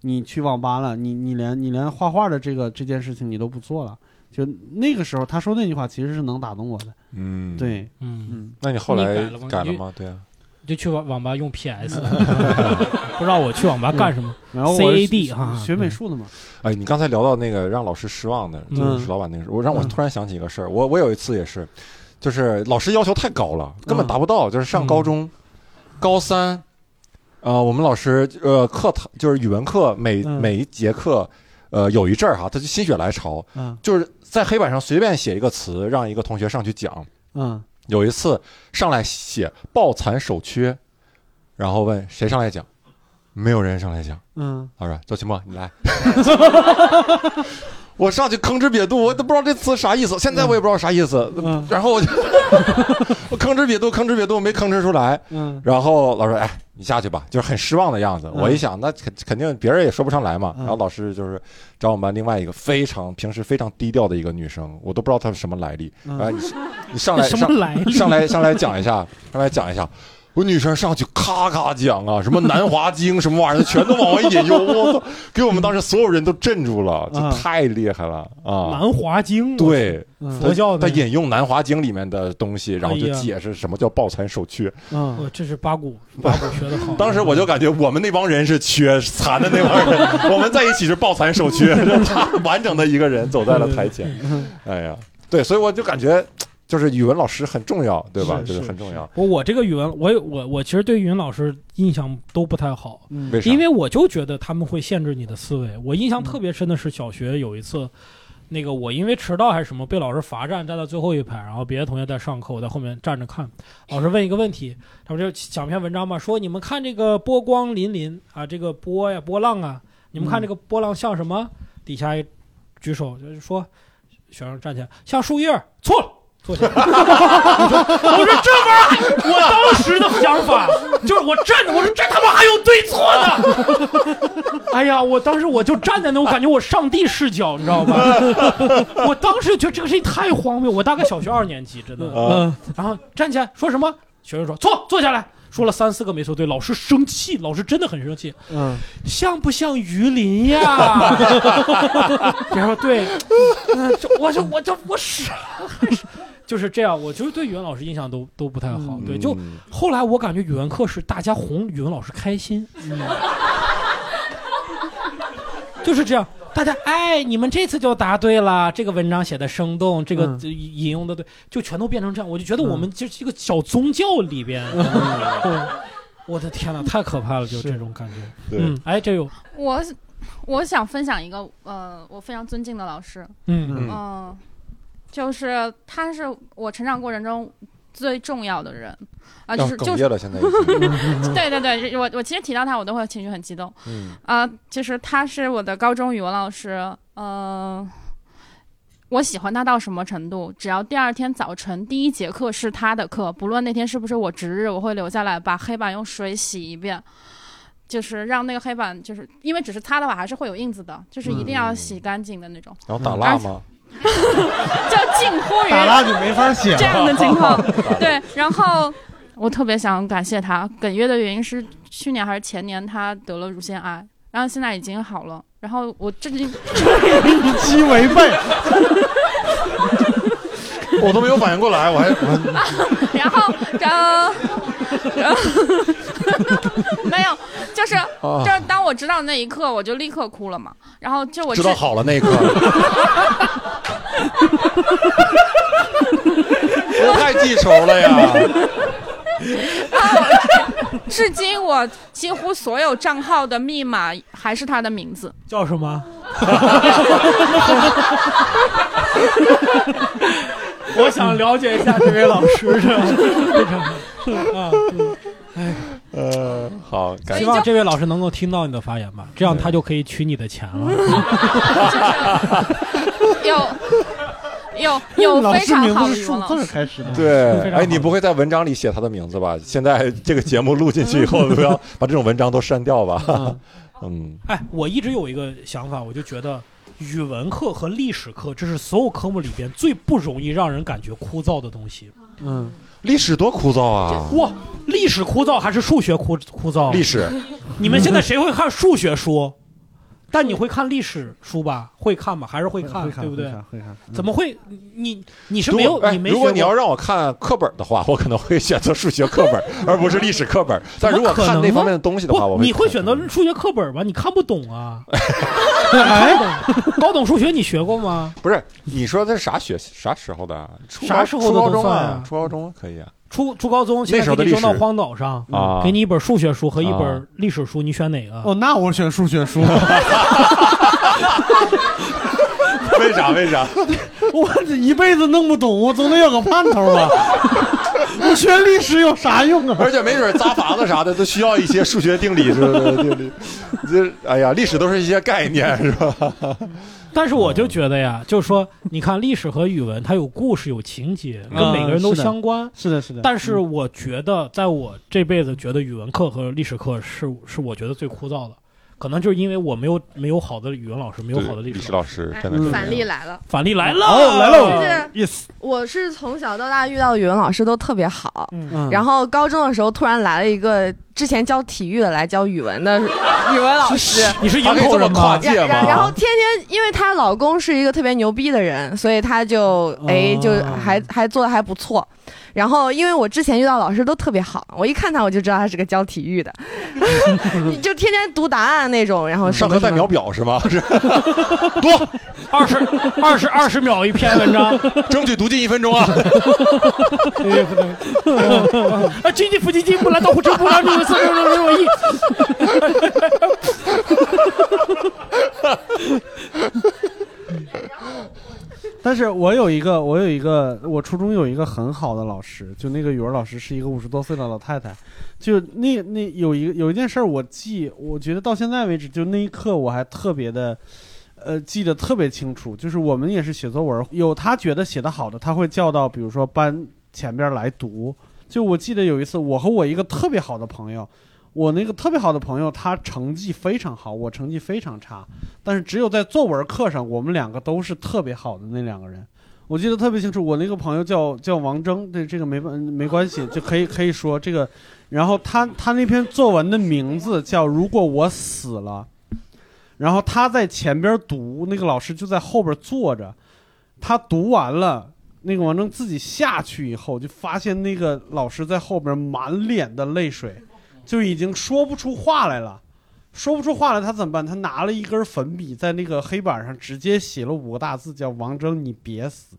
C: 你去网吧了，你你连你连画画的这个这件事情你都不做了，就那个时候他说那句话其实是能打动我的，
B: 嗯
C: 对，
D: 嗯
B: 那你后来
D: 你改了吗
B: 改了
D: 你
B: 吗？对啊，
D: 你就去网网吧
B: (laughs)
D: 用 PS，不让我去网吧干什么
C: 嗯然后我是
D: ？CAD 哈，嗯
C: 学美术的嘛，
B: 哎，你刚才聊到那个让老师失望的，就
C: 嗯
B: 是老板那个事，我让我突然想起一个事儿，我我有一次也是，就是老师要求太高了，根本达不到，就是上高
D: 嗯
B: 中，高三，呃，我们老师呃课堂就是语文课每、
A: 嗯
B: 每一节课，呃有一阵儿哈，他就心血来潮，
C: 嗯
B: 就是在黑板上随便写一个词，让一个同学上去讲，
C: 嗯
B: 有一次上来写抱残守缺，然后问谁上来讲，没有人上来讲。
C: 嗯，
B: 老师，周奇墨，你来。
C: (laughs)
B: 我上去吭哧瘪肚，我都不知道这词啥意思，现在我也不知道啥意思。
C: 嗯
B: 然后我就我吭哧瘪肚，吭哧瘪肚，没吭哧出来。
C: 嗯
B: 然后老师，哎，你下去吧，就是很失望的样子。
I: 嗯
B: 我一想，那肯肯定别人也说不上来
C: 嗯
B: 嘛。然后老师就是找我们班另外一个非常平时非常低调的一个女生，我都不知道她是什么来历。
I: 嗯
B: 啊，你你上
D: (laughs)
B: 来
I: 什么
B: 上
I: 来历
B: (laughs) 上来上来讲一下，上来讲一下。我女生上去咔咔讲啊，什么南华经什么玩意儿，全都往外引诱， (laughs) 我操，给我们当时所有人都震住了，这太厉害了啊！
D: 嗯南华经，
B: 对，
D: 嗯
B: 他
D: 佛教的
B: 他引用《南华经》里面的东西，然后就
D: 哎呀
B: 解释什么叫抱残守缺。
C: 嗯
D: 我哦这是八股，八 (laughs) 股学的好。
B: 当时我就感觉我们那帮人是缺残的那帮人，我 (laughs) 们在一起是抱残守缺，就是他 (laughs) 完整的一个人走在了台
D: (laughs)
B: 前。哎呀，对，所以我就感觉就是语文老师很重要，对吧？
D: 是
B: 就是
D: 是
B: 很重要。
D: 我我这个语文，我有我我其实对语文老师印象都不太好，
B: 嗯为啥
D: 因为我就觉得他们会限制你的思维。我印象特别深的是小学有一次，那个我因为迟到还是什么被老师罚站，站到最后一排，然后别的同学在上课，我在后面站着看。老师问一个问题，他们就讲篇文章嘛，说你们看这个波光粼粼啊，这个波呀波浪啊，你们看这个波浪像什么？底下一举手就是说，学生站起来像树叶儿，错了。坐下。 (laughs) 我说我说这玩意儿，我当时的
C: (laughs)
D: 想法就是我站着，我说这他妈还有对错的。哎呀，我当时我就站在那，我感觉我上帝视角，你知道吧？ (laughs) 我当时觉得这个事情太荒谬。我大概小学二年级，真的。
I: 嗯
D: 然后站起来说什么？学生说错，坐下来。说了三四个没说对，老师生气，老师真的很生气。
C: 嗯，
D: 像不像鱼鳞呀？ (laughs) 然后对，嗯这我这我这我傻，就是这样。我就是对语文老师印象都都不太好。对，就后来我感觉语文课是大家哄语文老师开心，就是这样。大家哎，你们这次就答对了，这个文章写的生动，这个
C: 嗯
D: 呃引用的对，就全都变成这样。我就觉得我们就是一个小宗教里边，我的天哪，太可怕了，就这种感觉。
B: 对
D: 嗯，哎，这有
F: 我我想分享一个呃，我非常尊敬的老师，
D: 嗯
F: 嗯、就是他是我成长过程中最重要的人啊，就是
B: 要哽
F: 就
B: 咽
F: 是
B: 了现在已
D: (laughs)
B: 经
F: (laughs) 对对对，我我其实提到他，我都会情绪很激动，
B: 嗯
F: 啊、就是他是我的高中语文老师，呃，我喜欢他到什么程度？只要第二天早晨第一节课是他的课，不论那天是不是我值日，我会留下来把黑板用水洗一遍，就是让那个黑板就是因为只是擦的话还是会有印子的，就是一定要洗干净的那种。 (laughs)
B: 然后打
D: 哎
B: 蜡吗？
F: 就近乎于
C: 打蜡你没法写了
F: 这样的情
B: (laughs)
F: 况。 (laughs) 对，然后我特别想感谢他，哽咽的原因是去年还是前年他得了乳腺癌，然后现在已经好了。然后我至
C: (laughs)
F: 今
C: 以期违背，
B: 我都没有反应过来，我还我
F: 然后，然后，然后没有，就是
B: 啊
F: 就是当我知道那一刻，我就立刻哭了嘛。然后就我
B: 知道好了那一
D: (laughs)
B: 刻，不要太记仇了
D: (laughs)
B: 呀。
F: 至今我几乎所有账号的密码还是他的名字。
D: 叫什
B: (laughs)
D: 么？我想了解一下这位老师是
B: (laughs)
D: 吧？啊，
B: 呃，好，感
D: 希
B: 谢。
D: 望这位老师能够听到你的发言吧，这样他就可以取你的钱了。
B: (laughs)
F: 有有有非常好的语文老师。
C: 字开始的
B: 对，哎，你不会在文章里写他的名字吧？现在这个节目录进去以
D: (laughs)
B: 后，不要把这种文章都删掉吧。 (laughs) 嗯，
D: 哎，我一直有一个想法，我就觉得语文课和历史课，这是所有科目里边最不容易让人感觉枯燥的东西。
C: 嗯，
B: 历史多枯燥啊！
D: 哇，历史枯燥还是数学枯枯燥？
B: 历史，
D: 你们现在谁会看数学书？但你会看历史书吧？会看吧？还是会看，
C: 会看
D: 对不对
C: 会看？会看嗯
D: 怎么会？你你是
B: 如
D: 没有
B: 果哎
D: 你没
B: 如果
D: 学
B: 你要
D: 过
B: 让我看课本的话，我可能会选择数学课本，而不是历史课本。但如果
D: 怎么可
B: 看
D: 能
B: 那
D: 呢
B: 方面的东西的话，
D: 不
B: 我
D: 你
B: 会
D: 会选择数学课本吗？你看不懂
B: (laughs)
D: 啊！你看不懂高等数学你学过吗？
B: 不是你说这是啥学啥时候的啊？初
D: 啥
B: 高
D: 时候
B: 初
D: 的
B: 高
D: 都
B: 中
D: 算
B: 啊
D: 啊？
B: 初高中可以啊。
D: 初初高中现
B: 那时
D: 在
B: 候的
D: 给你
B: 历
D: 扔到
B: 史
D: 荒岛上嗯
B: 啊
D: 给你一本数学书和一本
B: 啊
D: 历史书，你选哪个？
C: 哦，那我选数学书。
B: 为啥？为啥？
C: (laughs) 我这一辈子弄不懂，我总得有个盼头吧。 (laughs) 我学历史有啥用啊？
B: 而且没准砸房子啥的都需要一些数学定理，是吧？定理，这哎呀，历史都是一些概念，是吧？
D: 但是我就觉得呀，就是说，你看历史和语文，它有故事，有情节，跟
C: 啊
D: 每个人都
C: 是的
D: 相关。
C: 是的，是的。
D: 但是
C: 嗯
D: 我觉得，在我这辈子觉得语文课和历史课是是我觉得最枯燥的，可能就是因为我没有没有好的语文老师，没有好的
B: 历
D: 历
B: 史
D: 史
B: 老
D: 老
B: 师
D: 师。
B: 真的是
K: 哎反例来了，
D: 反例来了，
L: 哦来了
K: 就是
C: ，yes，
L: 我是从小到大遇到语文老师都特别好，
C: 嗯
L: 然后高中的时候突然来了一个之前教体育的来教语文的语文老师，
D: 你是营口人吗？
L: 然然然后天天，因为她老公是一个特别牛逼的人，所以她就哎就还还做的还不错。然后因为我之前遇到老师都特别好，我一看他我就知道他是个教体育的， (laughs) 就天天读答案那种，然
D: 嗯
L: 后什
B: 上
L: 么
B: 课
L: 什
B: 带
L: 么
B: 秒表是吗？是
D: 二十二十二十秒一 (laughs) 篇文章，
B: (laughs) 争取读进一分
D: (laughs)
B: 钟啊！
C: (laughs)
D: 啊，经济腹肌进步来到火车不了，你们四六六六一。
B: 哎
C: 但是我有一个，我有一个，我初中有一个很好的老师，就那个语文老师是一个五十多岁的老太太，就那那有一个有一件事儿我记，我觉得到现在为止，就那一刻我还特别的。呃，记得特别清楚，就是我们也是写作文，有他觉得写得好的，他会叫到，比如说班前边来读。就我记得有一次，我和我一个特别好的朋友，我那个特别好的朋友，他成绩非常好，我成绩非常差，但是只有在作文课上，我们两个都是特别好的那两个人。我记得特别清楚，我那个朋友叫叫王铮，对这个没办没关系，就可以可以说这个。然后他他那篇作文的名字叫《如果我死了》，然后他在前边读，那个老师就在后边坐着。他读完了，那个王铮自己下去以后，就发现那个老师在后边满脸的泪水，就已经说不出话来了。说不出话来，他怎么办？他拿了一根粉笔，在那个黑板上直接写了五个大字，叫“王铮，你别死”。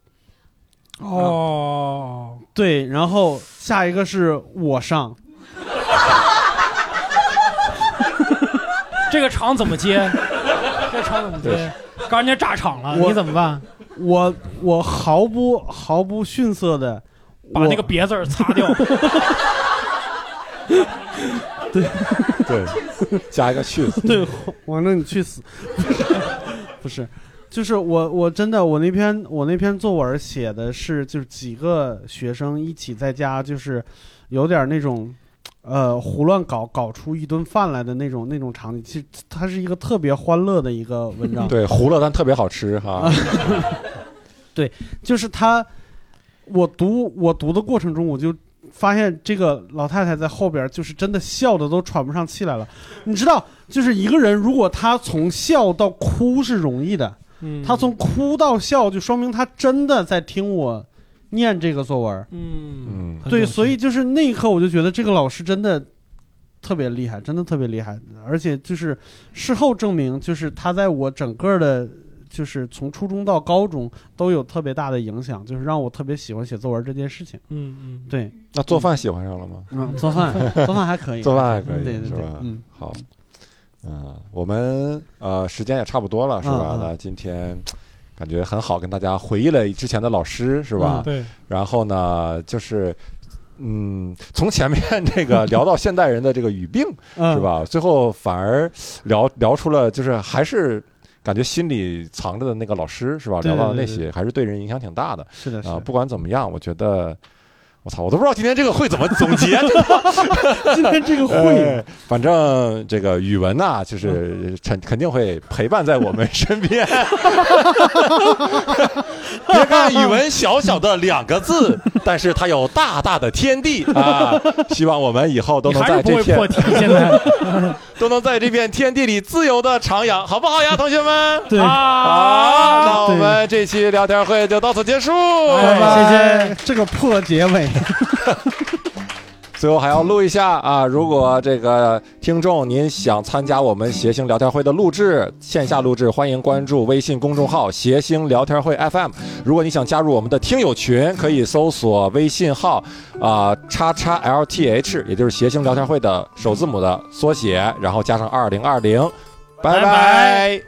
D: 哦，
C: 对，然后下一个是我上，
D: (laughs) 这个场怎么 (laughs) 接？这场怎么接？刚人家炸场了，
C: 我
D: 啊你怎么办？
C: 我我毫不毫不逊色的
D: 把那个“别”字儿擦掉。
C: (laughs)
D: (laughs)
C: 对 (laughs)
B: 对，加一个去死。
C: 对，王正你去死，不是，就是我我真的我那篇我那篇作文写的是就是几个学生一起在家就是有点那种。呃，胡乱搞搞出一顿饭来的那种那种场景，其实它是一个特别欢乐的一个文章。
B: 对，糊了但特别好吃哈。
C: 对，就是他，我读我读的过程中，我就发现这个老太太在后边就是真的笑的都喘不上气来了。你知道，就是一个人如果他从笑到哭是容易的，
D: 嗯
C: 他从哭到笑就说明他真的在听我念这个作文。
D: 嗯
C: 对，所以就是那一刻，我就觉得这个老师真的特别厉害，真的特别厉害，而且就是事后证明，就是他在我整个的，就是从初中到高中都有特别大的影响，就是让我特别喜欢写作文这件事情。
D: 嗯嗯，
C: 对，
B: 那做饭喜欢上了吗？
C: 嗯做饭做饭还可
B: (laughs)
C: 以
B: 做饭还可以，
C: 对对
B: 是
C: 对
B: 吧？
C: 嗯，
B: 好，嗯，我们呃时间也差不多了，是吧
C: 嗯嗯？
B: 那今天感觉很好，跟大家回忆了之前的老师，是吧？
D: 嗯对。
B: 然后呢，就是。嗯，从前面这个聊到现代人的这个语病，
C: (laughs) 嗯
B: 是吧？最后反而聊聊出了，就是还是感觉心里藏着的那个老师，是吧？
C: 对
B: 聊到了那
C: 对对
B: 些，还是对人影响挺大的。
C: 是的，
B: 啊，不管怎么样，我觉得，我操，我都不知道今天这个会
D: (laughs)
B: 怎么总结。
C: 今天这个
B: 哎，反正这个语文呐、
D: (laughs)
B: 就是肯肯定会陪伴在我们身边。别看语文小小的两个字，但是它有大大的天地啊！希望我们以后都
D: 你
B: 能
D: 还
B: 在
D: 是不
B: 这
D: 会
B: 片
D: 破题，现在
B: 都能在这片天地里 (laughs) 自由的徜徉，好不好呀，同学们？
C: 对
B: 好，那我
C: 对
B: 们这期聊天会就到此结束，拜拜。
C: 哎，谢谢这个破结尾。
B: 最后还要录一下啊！如果这个听众您想参加我们谐星聊天会的录制，线下录制，欢迎关注微信公众号“谐星聊天会 FM”。如果你想加入我们的听友群，可以搜索微信号啊“叉叉 LTH”，也就是谐星聊天会的首字母的缩写，然后加上二零二零。拜
D: 拜拜